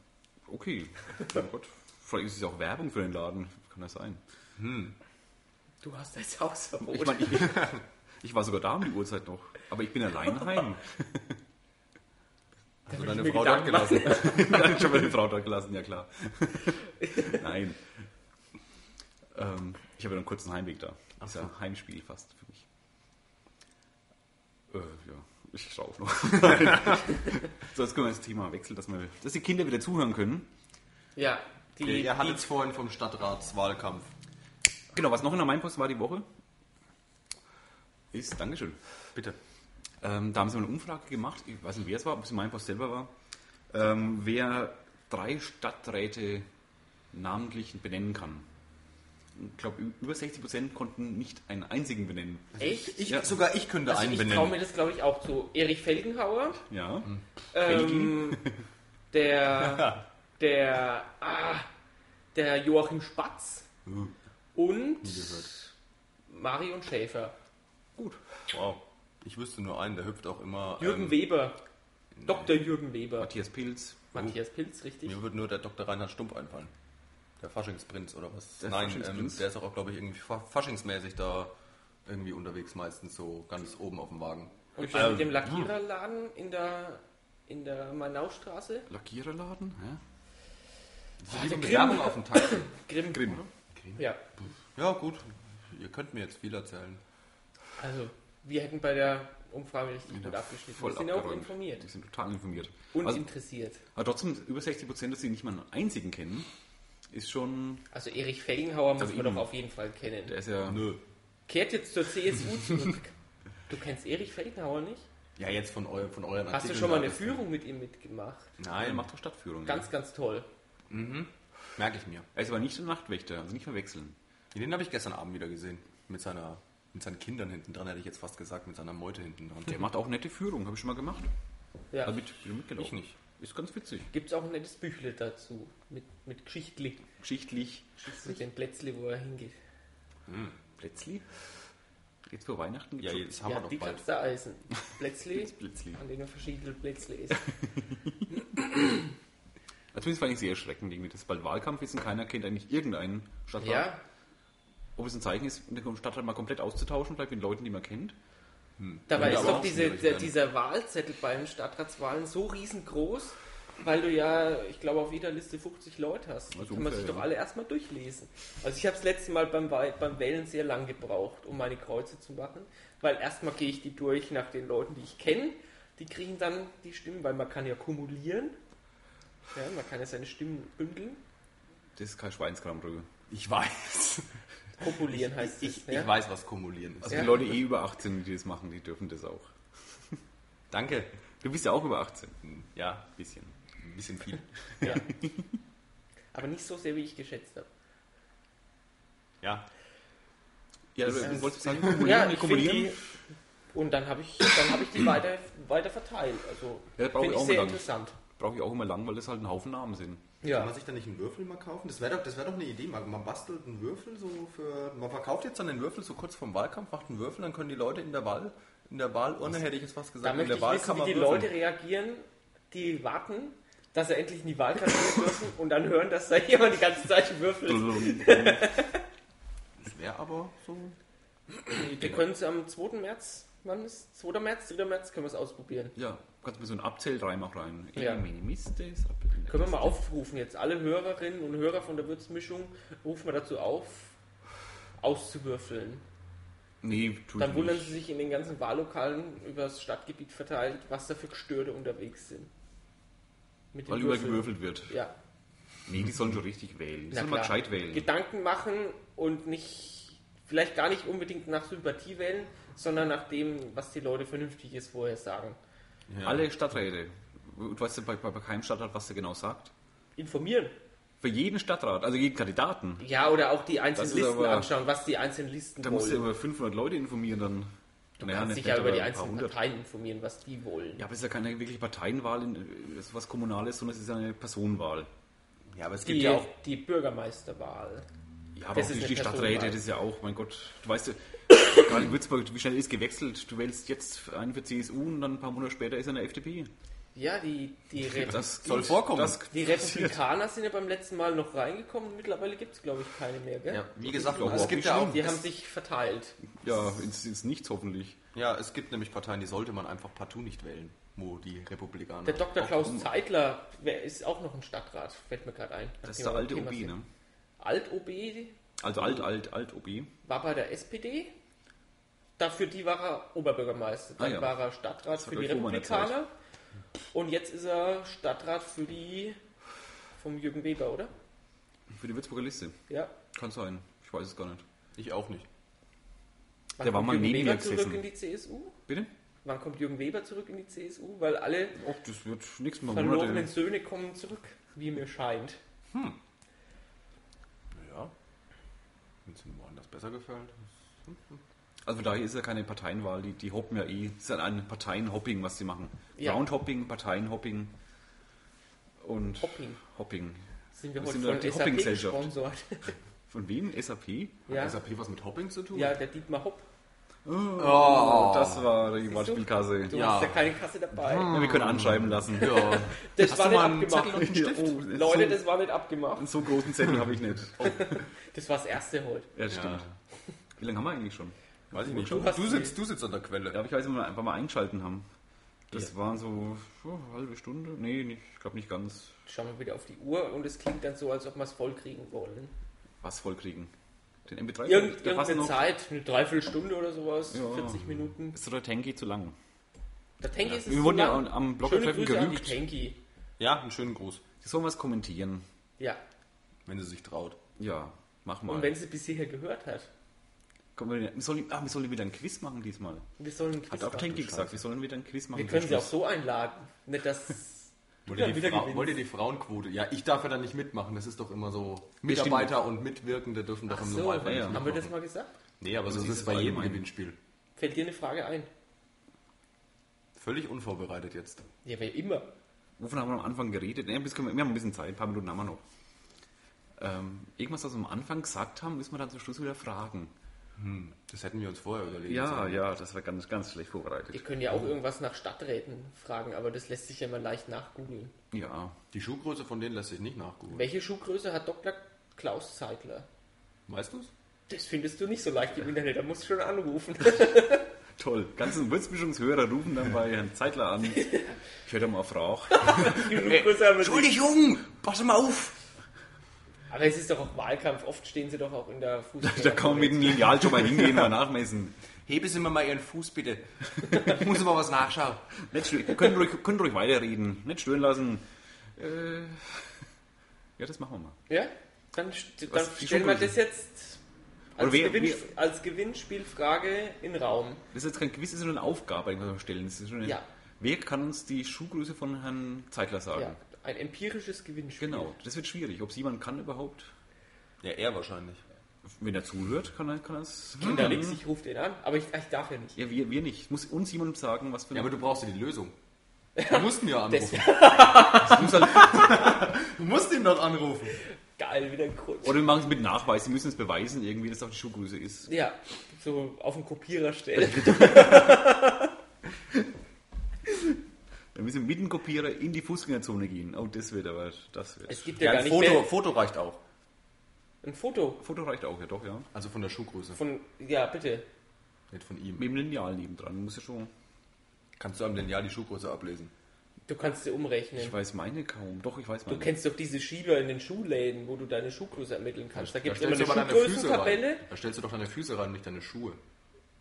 Speaker 2: Okay. Oh Gott. Vielleicht ist es auch Werbung für den Laden. Kann das sein?
Speaker 1: Du hast das Hausverbot.
Speaker 2: Ich meine, ich, ich war sogar da um die Uhrzeit noch. Aber ich bin allein heim.
Speaker 3: Also
Speaker 1: ich
Speaker 3: deine
Speaker 1: mir
Speaker 3: Frau dort
Speaker 1: Gedanken machen.
Speaker 3: gelassen.
Speaker 2: Dann hat schon mal die Frau dort gelassen, ja klar. Nein. Ähm, ich habe ja einen kurzen Heimweg da. Ist ja Heimspiel fast für mich. Äh, ja, ich schaue auf noch. so, jetzt können wir das Thema wechseln, dass, wir, dass die Kinder wieder zuhören können.
Speaker 1: ja, die,
Speaker 3: Ihr hattet
Speaker 1: die
Speaker 3: es vorhin vom Stadtratswahlkampf.
Speaker 2: Genau, was noch in der Mainpost war die Woche, ist, Dankeschön, bitte. Ähm, da haben sie mal eine Umfrage gemacht, ich weiß nicht, wer es war, ob es die Mainpost selber war, ähm, wer drei Stadträte namentlich benennen kann. Ich glaube, ü- über 60 Prozent konnten nicht einen einzigen benennen.
Speaker 1: echt?
Speaker 3: Ich,
Speaker 1: Ich,
Speaker 2: Ja.
Speaker 3: Sogar ich könnte
Speaker 1: also
Speaker 3: einen
Speaker 1: ich traue
Speaker 3: benennen.
Speaker 1: mir das, glaube ich, auch zu. Erich Felgenhauer,
Speaker 2: Ja.
Speaker 1: Mhm. ähm, der, der, ah, der Joachim Spatz
Speaker 2: Uh.
Speaker 1: und Marion Schäfer.
Speaker 2: Gut.
Speaker 3: Wow. Ich wüsste nur einen, der hüpft auch immer.
Speaker 1: Jürgen
Speaker 3: ähm,
Speaker 1: Weber. Dr. Jürgen Weber.
Speaker 2: Matthias Pilz.
Speaker 1: Matthias Pilz, richtig?
Speaker 3: Mir würde nur der Dr. Reinhard Stumpf einfallen. Der Faschingsprinz oder was?
Speaker 2: Der
Speaker 3: Nein, ähm,
Speaker 2: Faschingsprinz?
Speaker 3: der ist auch, glaube ich, irgendwie fa- faschingsmäßig da irgendwie unterwegs, meistens so ganz oben auf dem Wagen.
Speaker 1: Und
Speaker 2: Ähm,
Speaker 1: dann
Speaker 2: ah.
Speaker 1: mit dem Lackiererladen in der, in der Manaustraße.
Speaker 2: Lackiererladen? Ja.
Speaker 3: Das ist wie so eine
Speaker 1: Grimm.
Speaker 3: Werbung auf dem Taxi.
Speaker 1: Grimm.
Speaker 2: Grimm.
Speaker 1: Ja.
Speaker 3: Ja, gut. Ihr könnt mir jetzt viel erzählen.
Speaker 1: Also, wir hätten bei der Umfrage richtig gut abgeschnitten.
Speaker 2: Voll
Speaker 1: wir sind auch
Speaker 2: abgeräumt.
Speaker 1: informiert
Speaker 2: Die sind total informiert.
Speaker 1: und
Speaker 2: Also,
Speaker 1: interessiert.
Speaker 2: aber trotzdem, über 60 Prozent, dass sie nicht mal einen einzigen kennen, ist schon...
Speaker 1: Also, Erich Felgenhauer muss
Speaker 2: Also
Speaker 1: man
Speaker 2: eben.
Speaker 1: doch auf jeden Fall kennen.
Speaker 2: Der ist ja...
Speaker 3: Nö.
Speaker 1: Kehrt jetzt zur CSU zurück. Du kennst Erich Felgenhauer nicht?
Speaker 3: Ja, jetzt von, eu von euren
Speaker 1: Hast du
Speaker 3: Artikeln
Speaker 1: schon mal
Speaker 3: da,
Speaker 1: eine
Speaker 3: das-
Speaker 1: Führung mit ihm mitgemacht?
Speaker 2: Nein, macht doch Stadtführung.
Speaker 1: Ganz, ganz toll.
Speaker 3: Merke ich mir.
Speaker 2: Er ist aber nicht der Nachtwächter, also nicht verwechseln.
Speaker 3: Den habe ich gestern Abend wieder gesehen. Mit seiner mit seinen Kindern hinten dran, hätte ich jetzt fast gesagt, mit seiner Meute hinten dran.
Speaker 2: Der macht auch nette Führungen, habe ich schon mal gemacht.
Speaker 1: Ja.
Speaker 2: Hab mit, bin mitgelaufen.
Speaker 3: Ich nicht.
Speaker 2: Ist ganz witzig.
Speaker 1: Gibt es auch ein nettes Büchle dazu? Mit, mit Geschichtli.
Speaker 2: Geschichtlich.
Speaker 1: Mit dem Plätzli, wo er hingeht.
Speaker 2: Plätzli? Jetzt vor Weihnachten
Speaker 3: Ja,
Speaker 2: gibt's
Speaker 3: jetzt haben
Speaker 1: ja,
Speaker 3: wir doch
Speaker 1: die
Speaker 3: bald.
Speaker 1: kannst du eisen. Plätzli,
Speaker 2: schon Plätzli.
Speaker 1: an denen er verschiedene Plätzli ist.
Speaker 2: Also zumindest fand ich sehr erschreckend, irgendwie, dass bald Wahlkampf ist und keiner kennt eigentlich irgendeinen Stadtrat.
Speaker 1: ja,
Speaker 2: Ob es ein Zeichen ist, den Stadtrat mal komplett auszutauschen, vielleicht mit Leuten, die man kennt.
Speaker 1: Dabei
Speaker 3: Würde
Speaker 1: ist
Speaker 3: aber
Speaker 1: doch
Speaker 3: auch
Speaker 1: diese,
Speaker 3: schwierig
Speaker 1: der,
Speaker 3: werden.
Speaker 1: dieser Wahlzettel bei den Stadtratswahlen so riesengroß, weil du ja, ich glaube, auf jeder Liste 50 Leute hast. Die
Speaker 2: Also
Speaker 1: kann man
Speaker 2: ungefähr,
Speaker 1: sich doch
Speaker 2: ja.
Speaker 1: alle erstmal durchlesen. Also ich habe das letzte Mal beim, Wahl- beim Wählen sehr lang gebraucht, um meine Kreuze zu machen, weil erstmal gehe ich die durch nach den Leuten, die ich kenne. Die kriegen dann die Stimmen, weil man kann ja kumulieren. Ja, man kann ja seine Stimmen bündeln.
Speaker 2: Das ist kein Schweinskramröge.
Speaker 3: Ich weiß.
Speaker 1: Populieren heißt
Speaker 3: Ich,
Speaker 1: es.
Speaker 3: ich
Speaker 1: ja?
Speaker 3: weiß, was kumulieren ist.
Speaker 2: Also
Speaker 1: Ja.
Speaker 2: die Leute eh über 18, die das machen, die dürfen das auch.
Speaker 3: Danke.
Speaker 2: Du bist ja auch über 18.
Speaker 3: Ja,
Speaker 2: Ein bisschen.
Speaker 3: ein bisschen viel.
Speaker 1: Ja. Aber nicht so sehr, wie ich geschätzt habe.
Speaker 3: Ja.
Speaker 2: Ja,
Speaker 1: Das
Speaker 2: du
Speaker 1: ist-
Speaker 2: wolltest sagen, kumulieren?
Speaker 1: Ja, ich find
Speaker 2: kumulieren?
Speaker 1: die, und dann habe ich, dann hab ich die weiter, weiter verteilt. Also
Speaker 2: Ja, brauche
Speaker 1: finde
Speaker 2: ich
Speaker 1: ich
Speaker 2: auch
Speaker 1: sehr
Speaker 2: lang.
Speaker 1: interessant.
Speaker 2: Brauche ich auch immer lang, weil das halt ein Haufen Namen sind.
Speaker 3: Kann man sich da nicht einen Würfel mal kaufen? Das wäre doch, das wär doch eine Idee. Man, man bastelt einen Würfel so für. Man verkauft jetzt dann den Würfel so kurz vorm Wahlkampf, macht einen Würfel, dann können die Leute in der Wahl, in der Wahlurne, hätte ich jetzt fast gesagt,
Speaker 1: da
Speaker 3: in
Speaker 1: möchte
Speaker 3: der
Speaker 1: ich wissen, wie die
Speaker 3: würfeln.
Speaker 1: Leute reagieren, die warten, dass er endlich in die Wahlkarte dürfen und dann hören, dass da jemand die ganze Zeit würfelt.
Speaker 3: Das wäre aber so. Genau.
Speaker 1: Wir können es am 2. März, wann ist 2. März, 3. März, können wir es ausprobieren.
Speaker 2: Ja, kannst mir so einen Abzählreim auch rein.
Speaker 1: Ja.
Speaker 2: Elimini mistes, Appelin-
Speaker 1: Können wir mal aufrufen jetzt alle Hörerinnen und Hörer von der Würzmischung, rufen wir dazu auf, auszuwürfeln.
Speaker 2: Nee, tut
Speaker 1: Dann wundern
Speaker 2: nicht.
Speaker 1: sie sich in den ganzen Wahllokalen über das Stadtgebiet verteilt, was da für Gestörte unterwegs sind. Mit
Speaker 2: Weil
Speaker 1: Würfeln.
Speaker 2: übergewürfelt wird.
Speaker 1: Ja.
Speaker 2: Nee, die sollen schon richtig wählen. Die
Speaker 1: Na
Speaker 2: sollen mal
Speaker 1: klar.
Speaker 2: gescheit wählen.
Speaker 1: Gedanken machen und nicht, vielleicht gar nicht unbedingt nach Sympathie wählen, sondern nach dem, was die Leute vernünftig ist, vorher sagen.
Speaker 2: Alle Stadträte. Du weißt ja bei, bei, bei keinem Stadtrat, was der genau sagt.
Speaker 1: Informieren.
Speaker 2: Für jeden Stadtrat, also jeden Kandidaten.
Speaker 1: Ja, oder auch die
Speaker 2: Das
Speaker 1: einzelnen
Speaker 2: ist
Speaker 1: Listen
Speaker 2: aber-
Speaker 1: anschauen, was die einzelnen Listen
Speaker 2: Da musst du ja
Speaker 1: wollen.
Speaker 2: über 500 Leute informieren dann.
Speaker 1: Du
Speaker 2: Naja,
Speaker 1: kannst
Speaker 2: nicht
Speaker 1: dich ja
Speaker 2: nett,
Speaker 1: über
Speaker 2: aber
Speaker 1: die
Speaker 2: ein paar
Speaker 1: einzelnen
Speaker 2: hundert.
Speaker 1: Parteien informieren, was die wollen.
Speaker 2: Ja, aber es ist ja keine wirklich Parteienwahl, in- das ist was Kommunales, sondern es ist eine Personenwahl.
Speaker 3: Ja, aber es gibt
Speaker 1: die,
Speaker 3: ja auch.
Speaker 1: die Bürgermeisterwahl.
Speaker 2: Ja, aber
Speaker 1: Das
Speaker 2: auch
Speaker 1: ist
Speaker 2: die,
Speaker 1: eine
Speaker 2: die Stadträte,
Speaker 1: Personenwahl.
Speaker 2: das ist ja auch, mein Gott, du weißt ja, gerade in Würzburg, wie schnell ist gewechselt? Du wählst jetzt einen für CSU und dann ein paar Monate später ist er in der FDP.
Speaker 1: Ja, die, die, Re
Speaker 3: soll vorkommen.
Speaker 2: Das,
Speaker 1: die Republikaner sind ja beim letzten Mal noch reingekommen. Mittlerweile gibt es, glaube ich, keine mehr. Gell?
Speaker 3: Ja, wie gesagt,
Speaker 2: glaub,
Speaker 3: es
Speaker 2: überhaupt
Speaker 3: gibt
Speaker 2: nicht
Speaker 3: ja auch.
Speaker 1: Die
Speaker 3: es-
Speaker 1: haben sich verteilt.
Speaker 2: ja, ins, ins Nichts hoffentlich.
Speaker 3: Ja, es gibt nämlich Parteien, die sollte man einfach partout nicht wählen, wo die Republikaner.
Speaker 1: Der Dr.
Speaker 3: Auch-
Speaker 1: Klaus Zeitler wer ist auch noch ein Stadtrat, fällt mir gerade ein.
Speaker 2: Das ist der alte OB, ne?
Speaker 1: Alt-OB
Speaker 2: Also alt, alt, alt OB.
Speaker 1: war bei der SPD. Dafür die war er Oberbürgermeister. Dann
Speaker 2: Ah, ja.
Speaker 1: war er Stadtrat für
Speaker 2: war
Speaker 1: die
Speaker 2: gleich vor meiner
Speaker 1: Republikaner. Und jetzt ist er Stadtrat für die vom Jürgen Weber, oder?
Speaker 2: Für die Würzburger Liste.
Speaker 1: Ja.
Speaker 2: Kann sein. Ich weiß es gar nicht.
Speaker 3: Ich auch nicht.
Speaker 1: Wann
Speaker 2: Der war
Speaker 1: kommt
Speaker 2: mal
Speaker 1: Jürgen
Speaker 2: neben mir
Speaker 1: Weber zurück
Speaker 2: gesessen.
Speaker 1: in die CSU?
Speaker 2: Bitte?
Speaker 1: Wann kommt Jürgen Weber zurück in die CSU? Weil alle
Speaker 2: Och, das wird nächsten Mal
Speaker 1: verlorenen
Speaker 2: Monate.
Speaker 1: Söhne kommen zurück, wie mir scheint.
Speaker 3: Ja. Wenn es ihnen woanders besser gefällt.
Speaker 2: Also von daher ist ja keine Parteienwahl, die, die hoppen ja eh. Es ist ja ein Parteienhopping, was die machen.
Speaker 1: Ja.
Speaker 2: Roundhopping, Parteienhopping und
Speaker 1: Hopping.
Speaker 2: Hopping.
Speaker 1: Sind wir
Speaker 2: Das
Speaker 1: heute
Speaker 2: sind doch
Speaker 1: von
Speaker 2: die
Speaker 1: SAP
Speaker 2: Hopping-Gesellschaft.
Speaker 1: gesponsert.
Speaker 2: Von wem? SAP?
Speaker 1: ja.
Speaker 3: Hat SAP was mit Hopping zu tun?
Speaker 1: ja, der Dietmar Hopp.
Speaker 2: Oh, das war die
Speaker 1: Ah. du?
Speaker 2: Wortspielkasse.
Speaker 1: Du
Speaker 2: Ja. Hm.
Speaker 1: hast ja keine Kasse dabei.
Speaker 2: wir können anschreiben lassen.
Speaker 3: ja.
Speaker 1: Das
Speaker 3: Hast
Speaker 1: war
Speaker 3: du
Speaker 1: nicht
Speaker 3: mal einen
Speaker 1: abgemacht.
Speaker 3: Zettel und einen Stift?
Speaker 2: Oh,
Speaker 1: Leute,
Speaker 2: so,
Speaker 1: das war nicht abgemacht.
Speaker 2: so großen Zettel habe ich nicht.
Speaker 1: Das war das erste heute.
Speaker 2: Oh. Ja, das stimmt. Wie lange haben wir eigentlich schon?
Speaker 3: Weiß ich nicht.
Speaker 1: Du hast die-
Speaker 3: du sitzt an der Quelle.
Speaker 2: Ja, aber ich weiß, wenn wir einfach mal eingeschalten haben. Das
Speaker 1: Ja.
Speaker 2: waren so oh, halbe Stunde. Nee, nicht, ich glaube nicht ganz.
Speaker 1: Schauen wir wieder auf die Uhr und es klingt dann so, als ob wir es voll kriegen wollen.
Speaker 2: Was vollkriegen? Den MP3?
Speaker 1: Irgend,
Speaker 2: der passt
Speaker 1: irgendeine
Speaker 2: noch.
Speaker 1: Zeit, eine Dreiviertelstunde oder sowas,
Speaker 2: Ja.
Speaker 1: 40 Minuten.
Speaker 2: Ist doch der Tanky zu lang?
Speaker 1: Der Tanky ist es
Speaker 2: Wir
Speaker 1: zu
Speaker 2: wurden ja
Speaker 1: lang.
Speaker 2: am- am
Speaker 1: Schöne
Speaker 2: Bloggertreffen
Speaker 1: Grüße an die
Speaker 2: gerügt.
Speaker 1: Tanky.
Speaker 3: Ja, einen schönen Gruß,
Speaker 2: Die sollen was kommentieren.
Speaker 1: Ja,
Speaker 3: wenn sie sich traut.
Speaker 2: Ja, mach mal.
Speaker 1: und wenn sie bis hierher gehört hat.
Speaker 2: Komm, wir, wir sollen, ah, wir sollen wieder ein Quiz machen diesmal.
Speaker 1: Wir sollen ein Quiz
Speaker 2: Hat auch
Speaker 1: machen.
Speaker 2: Tanky gesagt, wir sollen wieder ein Quiz machen.
Speaker 1: Wir können
Speaker 2: zum
Speaker 1: sie auch
Speaker 2: Schluss.
Speaker 1: so einladen. Nicht, dass
Speaker 3: Wollt
Speaker 1: Ja,
Speaker 3: ihr, die
Speaker 1: wieder
Speaker 3: Frau,
Speaker 1: gewinnen.
Speaker 3: wollt ihr die Frauenquote? Ja, ich darf ja da nicht mitmachen. Das ist doch immer so.
Speaker 2: stimmt.
Speaker 3: Mitarbeiter und Mitwirkende dürfen doch
Speaker 1: Ach
Speaker 3: im
Speaker 1: so,
Speaker 3: Normalfall
Speaker 2: ja,
Speaker 3: nicht
Speaker 2: ja.
Speaker 1: haben wir das
Speaker 3: mitmachen.
Speaker 1: mal Also gesagt?
Speaker 3: Nee, aber so
Speaker 2: Das
Speaker 3: ist
Speaker 2: ist
Speaker 3: es bei jedem
Speaker 2: allgemein.
Speaker 3: Gewinnspiel.
Speaker 1: Fällt dir eine Frage ein?
Speaker 3: Völlig unvorbereitet jetzt.
Speaker 1: Ja, wer immer.
Speaker 2: Wovon haben wir am Anfang geredet? Nee, bis können wir, wir haben ein bisschen Zeit, ein paar Minuten haben wir noch. Ähm, irgendwas, was wir am Anfang gesagt haben, müssen wir dann zum Schluss wieder fragen.
Speaker 3: Das hätten wir uns vorher überlegt.
Speaker 2: Ja, ja, das war ganz, ganz schlecht vorbereitet.
Speaker 1: Wir können ja auch
Speaker 2: Oh.
Speaker 1: irgendwas nach Stadträten fragen, aber das lässt sich ja mal leicht nachgoogeln.
Speaker 2: Ja,
Speaker 3: Die Schuhgröße von denen lässt sich nicht nachgucken.
Speaker 1: Welche Schuhgröße hat Dr. Klaus Zeitler?
Speaker 3: Weißt du's?
Speaker 1: Das findest du nicht so leicht im Internet, da musst du schon anrufen.
Speaker 2: toll. Ganzen Würzmischungshörer rufen dann bei Herrn Zeitler an. Ich höre doch mal auf Rauch.
Speaker 1: Die Schuhgröße haben wir nicht.
Speaker 3: Entschuldigung! Pass mal auf!
Speaker 1: Aber es ist doch auch Wahlkampf, oft stehen sie doch auch in der Fußball.
Speaker 2: Da kann man mit dem Lineal schon mal hingehen, mal nachmessen.
Speaker 3: Hebe Sie mir mal Ihren Fuß bitte. Ich muss mal was nachschauen.
Speaker 2: Nicht stö- können, ruhig, können ruhig weiterreden, nicht stören lassen. Äh, ja, das machen wir mal.
Speaker 1: Ja? Dann, st dann
Speaker 2: Was, die
Speaker 1: stellen wir
Speaker 2: Schuhgröße?
Speaker 1: das jetzt als,
Speaker 2: Oder wer-
Speaker 1: Gewinn als Gewinnspielfrage in den Raum.
Speaker 2: Das ist jetzt kein Quiz, das ist schon eine Aufgabe, die wir stellen. Das ist schon eine,
Speaker 1: Ja.
Speaker 2: Wer kann uns die Schuhgröße von Herrn Zeitler sagen?
Speaker 1: Ja, ein empirisches Gewinnspiel.
Speaker 2: Genau, das wird schwierig. Ob es jemand kann überhaupt,
Speaker 3: Ja, er wahrscheinlich.
Speaker 2: wenn er zuhört, kann er, kann er es.
Speaker 1: Kinder nix, ich rufe den an, aber ich, ich darf ja nicht.
Speaker 2: Ja, wir, wir nicht. Muss uns jemand sagen, was für
Speaker 3: Ja, aber du brauchst ja die Lösung. Du musst ihn ja anrufen.
Speaker 2: muss halt,
Speaker 3: Du musst ihn dort anrufen.
Speaker 1: Geil, wieder ein Grund.
Speaker 2: Oder wir machen es mit Nachweis. Sie müssen es beweisen, irgendwie, dass es auch die Schuhgröße ist.
Speaker 1: Ja, so auf den Kopierer stellen.
Speaker 2: Dann müssen wir mit dem Kopierer in die Fußgängerzone gehen. Oh, das wird aber, das wird.
Speaker 1: Es gibt ja,
Speaker 3: Ja,
Speaker 1: gar
Speaker 3: ein
Speaker 1: nicht
Speaker 3: Foto,
Speaker 1: mehr.
Speaker 3: Foto reicht auch.
Speaker 1: Ein Foto
Speaker 2: Foto reicht auch, ja doch, ja.
Speaker 3: Also von der Schuhgröße.
Speaker 1: von, ja bitte.
Speaker 3: Nicht von ihm.
Speaker 2: Mit dem Lineal nebendran. Muss ja schon.
Speaker 3: Kannst du am Lineal die Schuhgröße ablesen?
Speaker 1: Du kannst sie umrechnen.
Speaker 2: Ich weiß meine kaum. Doch, ich weiß
Speaker 1: Du
Speaker 2: meine.
Speaker 1: kennst doch diese Schieber in den Schuhläden, wo du deine Schuhgröße ermitteln kannst. Da gibt es
Speaker 3: stellst
Speaker 1: immer eine
Speaker 3: du aber deine Füße
Speaker 1: Schuhgrößentabelle.
Speaker 3: rein. Da stellst du doch deine Füße rein, nicht deine Schuhe.